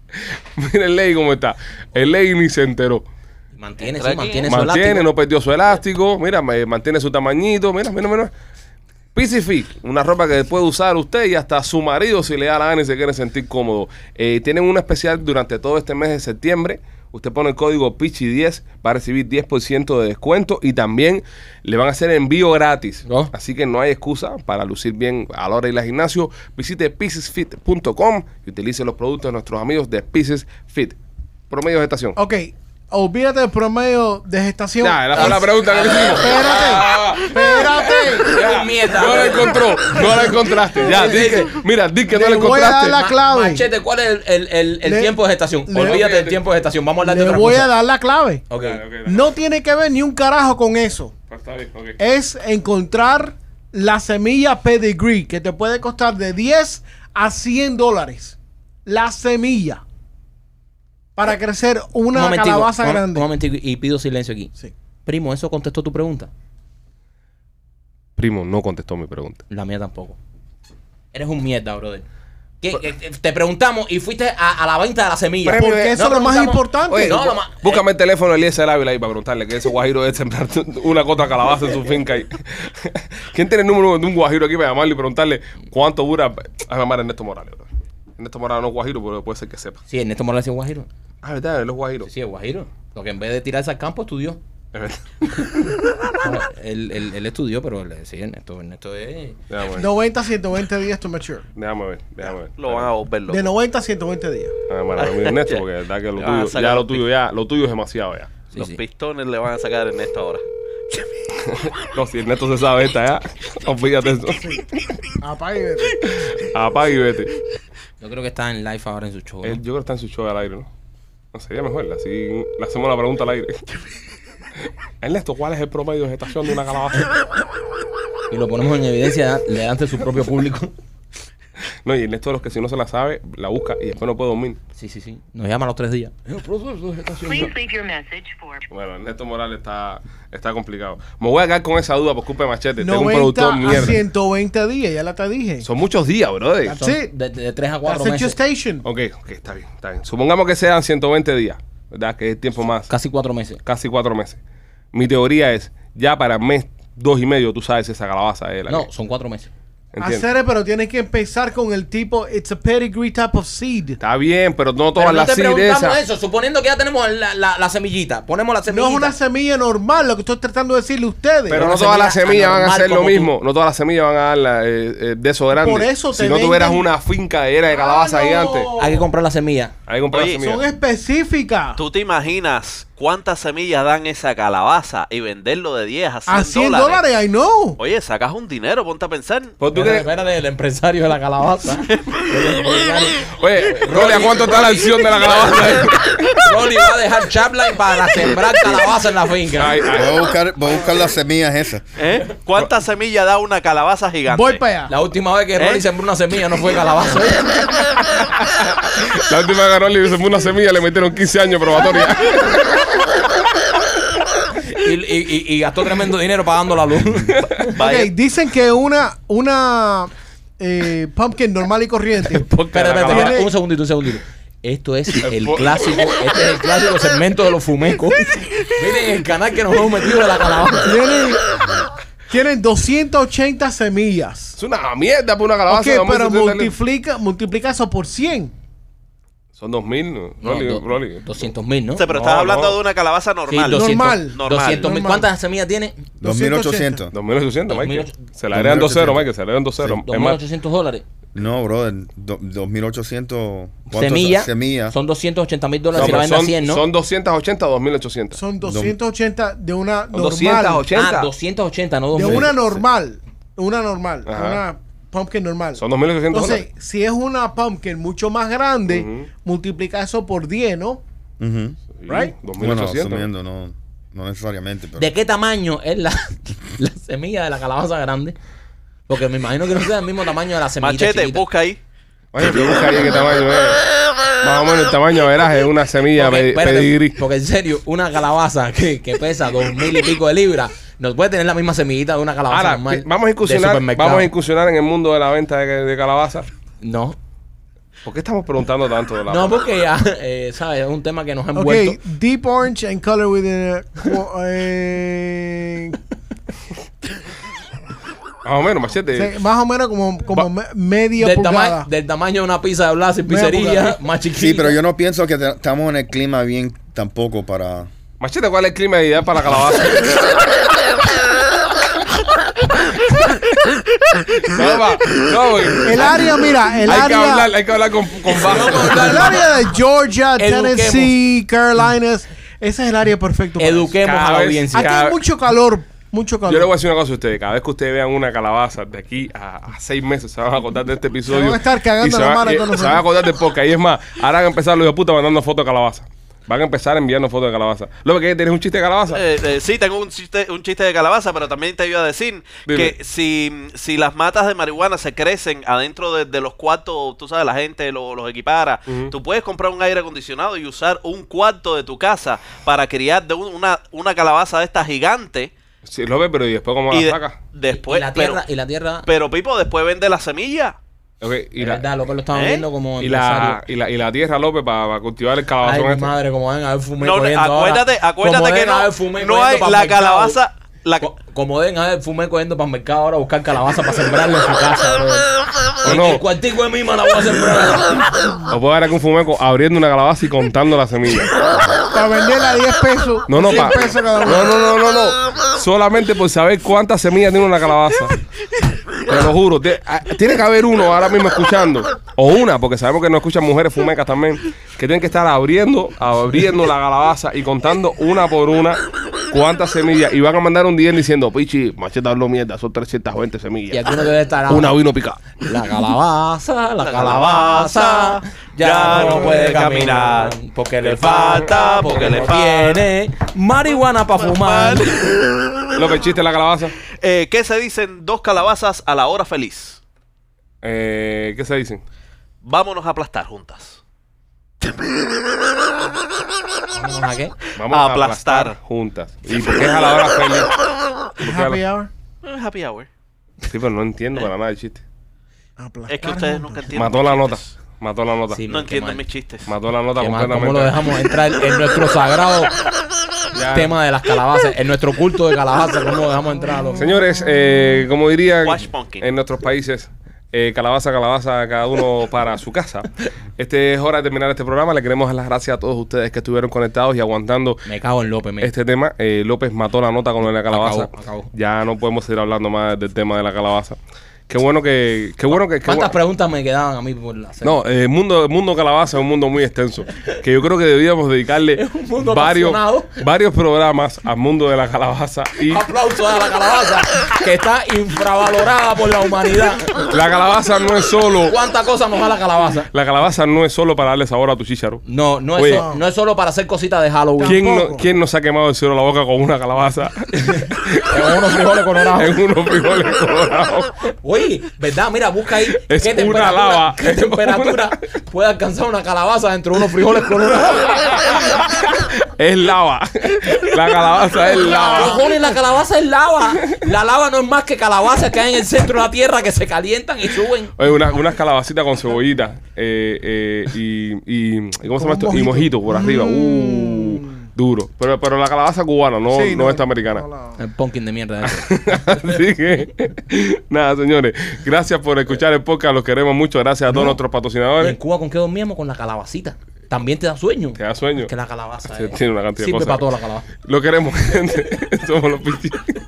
el legging cómo está. El legging ni se enteró.
Mantiene, sí,
Entra aquí.
mantiene su
Mantiene,
elástico.
no perdió su elástico. Mira, me- mantiene su tamañito. Mira, mira, mira. PC Fit, una ropa que puede usar usted y hasta su marido si le da la gana y se quiere sentir cómodo. Eh, tienen una especial durante todo este mes de septiembre. Usted pone el código PICHI10 va a recibir 10% de descuento y también le van a hacer envío gratis.
¿No?
Así que no hay excusa para lucir bien a la hora de ir al gimnasio. Visite PiecesFit.com y utilice los productos de nuestros amigos de Pieces Fit. Promedio de gestación.
Ok, olvídate del promedio de gestación.
Nah, esa fue la pregunta que le hicimos. Ah,
Espérate.
ya,
Mierda.
No la encontró, no la encontraste. Ya, di que, mira, di que no la
Le voy a dar
encontraste.
la clave.
Machete, ¿cuál es el, el- el- el
Le-
tiempo de gestación?
le-
Olvídate del tiempo de gestación. Vamos a hablar de
Le
otra
voy
cosa.
a dar la clave.
Ok.
No tiene que ver ni un carajo con eso.
Pues Está bien, ok.
Es encontrar la semilla pedigree que te puede costar de 10 a 100 dólares. La semilla. Para crecer
Un
una
momentico,
calabaza
un-
grande.
Un momentico y pido silencio aquí.
Sí.
Primo, ¿eso contestó tu pregunta?
Primo no contestó mi pregunta.
La mía tampoco. Eres un mierda, brother. ¿Qué- qué- te preguntamos y fuiste a, a la venta de la semilla.
Premio
Porque
de-
eso
No
es lo más
preguntamos-
importante.
eh, Oye,
No,
bu-
lo más-
búscame el teléfono de Eliezer Ávila ahí para preguntarle que ese guajiro debe sembrar una cota calabaza en su finca ahí. ¿Quién tiene el número de un guajiro aquí para llamarle y preguntarle cuánto dura? A llamar a Ernesto Morales. bro. Ernesto Morales no es guajiro, pero puede ser que sepa.
Sí, Ernesto Morales es guajiro.
Ah, verdad, él es guajiro.
Sí, es guajiro. Lo que en vez de tirarse al campo, estudió.
Es verdad.
No, él, él- él estudió, pero él- sí, Ernesto, Ernesto es...
Déjame ver.
90 a 120 días to mature.
Déjame ver. Déjame ver.
Lo van a volver loco.
De 90 a 120 días.
Ah, hermano, no muy honesto, porque la verdad que lo
Le van a
tuyo,
sacar
ya lo
el
tuyo, ya, lo tuyo es demasiado ya.
Sí,
Los
sí.
pistones le van a sacar en esto ahora.
No, si Ernesto se sabe esta ya, olvídate eso.
Apaga y vete.
Apaga y vete.
Yo creo que está en live ahora en su show. ¿no?
Él, yo creo que está en su show al aire, ¿no? No sería mejor, así le hacemos la pregunta al aire. Ernesto, ¿cuál es el promedio de gestación de una calabaza?
Y lo ponemos en evidencia delante de su propio público.
No, y Ernesto, de los que si no se la sabe, la busca y después no puede dormir.
Sí, sí, sí. Nos llama a los tres días.
Please leave your message for.
Bueno, Ernesto Morales está, está complicado. Me voy a quedar con esa duda por culpa de Machete. Tengo un
90
productor
a
mierda.
120 días, ya la te dije.
Son muchos días, brother.
That's
Son
it.
de, de tres a cuatro
That's a
meses. Oh,
gestation.
Ok, ok, está bien, está bien. Supongamos que sean 120 días, ¿verdad? Que es tiempo más,
Casi cuatro meses.
casi cuatro meses. Mi teoría es, ya para el mes dos y medio, tú sabes esa calabaza es la
No,
que-
son cuatro meses.
¿entiendes?
Hacer, pero tienes que empezar con el tipo, it's a pedigree type of seed.
Está bien, pero no todas
Pero no
las
te preguntamos
esas.
eso, suponiendo que ya tenemos la, la- la semillita. Ponemos la semillita.
No es una semilla normal, lo que estoy tratando de decirle a ustedes.
Pero
una
no todas las
semilla
semillas van a
anormal
hacer lo
como tú.
mismo. No todas las semillas van a dar la, eh, eh, de eso grande.
Por eso
si
te
no tuvieras
venden-
una finca era de calabaza
Ah, no.
gigante,
Hay que comprar la semilla.
hay que comprar
Oye,
semillas.
son específicas.
¿Tú te imaginas cuántas semillas dan esa calabaza y venderlo de 10 a 100,
A 100 dólares, I know.
Oye, sacas un dinero, ponte a pensar.
¿Por Pues tú
Espérate,
crees-
espérate, el empresario de la calabaza.
Oye, Rolly, ¿a cuánto está la acción de la calabaza?
Rolly va a dejar Chapline para sembrar calabaza en la finca.
Ay, ah. ay.
Voy a buscar, voy a buscar las semillas esas.
¿Eh? ¿Cuántas semillas da una calabaza gigante?
Voy para allá.
La última vez que Rolly
¿Eh?
sembró una semilla no fue calabaza.
La última que Rolly se fue una semilla, le metieron 15 años probatoria.
y, y- y- y gastó tremendo dinero pagando la luz.
Vaya-
Ok, dicen que una, una eh, pumpkin normal y corriente.
Espera, espera, espera,
Tiene-
un segundito, un segundito. Esto es el clásico, este es el clásico segmento de los fumecos. Miren el canal que nos hemos metido de la calabaza.
tienen, tienen 280 semillas.
Es una mierda por una
Ok,
calabaza. de 2.070
pero multiplica, multiplica eso por 100.
Son 2.000.
No,
Rolly,
do-
Rolly.
200 mil, ¿no?
Sí, pero
No,
estás
no.
hablando de una calabaza
Sí,
normal.
200,
normal,
normal.
200 mil.
normal.
¿Cuántas semillas tiene?
2800.
2.800, Mike.
2.800.
Se le agregan 2.0,
2.800.
Mike. Se le agregan 2.0. Es más,
2.800 dólares.
No, brother. do- 2800. ¿cuántos
Semillas.
son? Semillas.
Son 280 mil dólares
no,
si la
pero
venden a
son,
100, ¿no?
son 280 o 2.800.
Son 280 de una normal.
280.
Ah, 280, no
De
2000.
una normal. Una normal.
Ajá.
Una pumpkin normal.
Son 2.800
Entonces,
dólares.
si es una pumpkin mucho más grande,
Ujú.
multiplica eso por 10, ¿no?
Ujú.
Sí,
right?
2.800.
Bueno, asumiendo, no, no necesariamente. Pero
¿De qué tamaño es la, la semilla de la calabaza grande? Porque me imagino que no sea del mismo tamaño de la semilla
Machete, busca ahí.
Oye, pero busca ahí qué tamaño es. Más o menos el tamaño, verás, es una semilla
Porque,
pedi-
espérate,
pedigrí.
porque en serio, una calabaza que, que pesa dos mil y pico de libras no puede tener la misma semillita de una calabaza
Ahora,
normal.
eh, vamos a
de
incursionar,
supermercado.
vamos a incursionar en el mundo de la venta de, de calabaza.
No,
¿Por qué estamos preguntando tanto de la
no, porque ya, eh, ¿sabes? Es un tema que nos ha
Ok,
envuelto.
deep orange and color with a... co- eh,
pues-
Más o menos, machete.
se- más o menos como, como me- media
Del,
pulgada.
tama- del tamaño de una pizza de Blas y
Media
pizzería,
pulgada.
más chiquita.
sí, pero yo no pienso que te- estamos en el clima bien tampoco para.
Machete, ¿cuál es el clima ideal para la calabaza? no, va, no, güey.
El área, mira, el
hay, que
área...
hablar, hay que hablar con, con bajo.
El área de Georgia,
Eduquemos.
Tennessee, Carolinas, ese es el área perfecto. para eso.
Eduquemos a la
Cada vez-
audiencia.
Aquí hay mucho calor, mucho
Yo le voy a
calor.
decir una cosa a ustedes. Cada vez que ustedes vean una calabaza de aquí a, a seis meses, se van a acordar de este episodio.
van a estar cagando
y se
la
van-
mara
y-
todos los
se van a
años.
acordar de podcast. Y es más, ahora van a empezar los de puta mandando fotos de calabaza. Van a empezar enviando fotos de calabaza. Lo que tenés un chiste de calabaza.
Eh, eh, sí, tengo un chiste, un chiste de calabaza, pero también te iba a decir
Dime.
que si, si las matas de marihuana se crecen adentro de, de los cuartos, tú sabes, la gente lo- los equipara, tú puedes comprar un aire acondicionado y usar un cuarto de tu casa para criar de un- una, una calabaza de esta gigante
Sí, lo ve, pero ¿y después cómo
y
la
de-
saca?
después...
pues,
y la tierra,
pero,
y la tierra,
pero, Pipo, después vende la semilla.
Ok, y,
es
la,
verdad, López lo estaba
¿Eh?
viendo como
y, la, y, la, y la tierra, López, para cultivar el
Ay,
calabazón
mi
este.
madre, como ven a ver fumé
No,
corriendo ahora.
acuérdate,
Como
acuérdate que
ven a ver
no,
fumé
no
corriendo
hay
pa'l
la
mercado.
calabaza... La,
Co- como ven a ver fumé corriendo para el mercado ahora a buscar calabaza para sembrarla en su casa. brother.
¿O
En
no?
el cuartico de misma la voy a sembrar.
O puedo ver algún fumeco abriendo una calabaza y contando la semilla.
Para venderla a 10 pesos.
No, no,
100
pa.
pesos cada uno.
No, no, no, no, no. Solamente por saber cuántas semillas tiene una calabaza. Te lo juro. Te- a- tiene que haber uno ahora mismo escuchando. O una, porque sabemos que no escuchan mujeres fumecas también. Que tienen que estar abriendo, abriendo la calabaza y contando una por una cuántas semillas. Y van a mandar un día diciendo, pichi, macheta hablo mierda, son 320
y
semillas.
aquí no debe estar ah,
Una vino picada.
La calabaza, la
La
calabaza,
calabaza
ya, no puede caminar porque le falta, porque le
falta.
tiene marihuana para fumar.
Lo que chiste la calabaza.
eh, ¿Qué se dicen dos calabazas a la hora feliz?
Eh, ¿Qué se dicen?
Vámonos a aplastar juntas.
Vamos a qué?
Vamos
A aplastar.
juntas. ¿Y por qué es a la hora feliz? ¿Por qué a la-
Happy hour.
Eh, Happy hour.
Sí, pero no entiendo para nada el chiste.
Es que ustedes nunca entienden.
Mató
mis
la nota.
chistes.
Mató la nota.
Sí,
No
Qué
entienden
mal.
mis chistes.
Mató la nota
Qué mal, ¿Cómo lo
completamente.
dejamos entrar en nuestro sagrado
Ya.
tema de las calabazas, en nuestro culto de calabazas? ¿Cómo lo dejamos entrar? loco?
Señores, eh, como dirían
Wash pumpkin.
en nuestros países, eh, calabaza, calabaza, cada uno para su casa. Este es hora de terminar este programa. Le queremos dar las gracias a todos ustedes que estuvieron conectados y aguantando
Me cago en López, me.
este tema. Eh, López mató la nota con lo de la calabaza.
Acabó, acabó.
Ya no podemos seguir hablando más del tema de la calabaza. Qué bueno que... Qué bueno que qué
¿Cuántas
bueno-
preguntas me quedaban a mí por la
No, el mundo, el mundo calabaza es un mundo muy extenso. Que yo creo que deberíamos dedicarle
Es un mundo
varios,
apasionado.
varios programas al mundo de la calabaza. Y
Aplauso a la calabaza que está infravalorada por la humanidad.
la calabaza no es solo.
¿Cuántas cosas nos da la calabaza?
La calabaza no es solo para darle sabor a tu chícharo.
No, no es,
Oye.
so- no es solo para hacer cositas de Halloween.
¿Quién, no,
Tampoco.
¿Quién nos ha quemado el cielo la boca con una calabaza
Con unos frijoles colorados.
en unos frijoles colorados?
Oye, ¿verdad? Mira, busca ahí.
Es una
temperatura-
lava.
¿Qué
Es
temperatura puede alcanzar una calabaza entre unos frijoles colorados?
es lava. La calabaza es lava.
Cojones, la calabaza es lava. La lava no es más que calabazas que hay en el centro de la tierra que se calientan y suben.
Oye, unas unas calabacitas con cebollita eh, eh, y, y, y ¿cómo se llama esto?
Con un
Y
mojito.
mojito
Mm.
por arriba. Uh, duro. Pero, pero la calabaza cubana, no,
Sí,
no, esta americana.
no la-
El pumpkin de mierda. eh. ese.
Así que, nada, señores. Gracias por escuchar el podcast. Los queremos mucho. Gracias a todos nuestros
¿Y en
patrocinadores.
Cuba con qué dormíamos? Con la calabacita. También te da sueño.
Te da sueño.
Es que la calabaza.
Sí,
eh,
tiene una cantidad de
sirve
cosas.
para toda la calabaza.
Lo queremos, gente. Somos los pichis.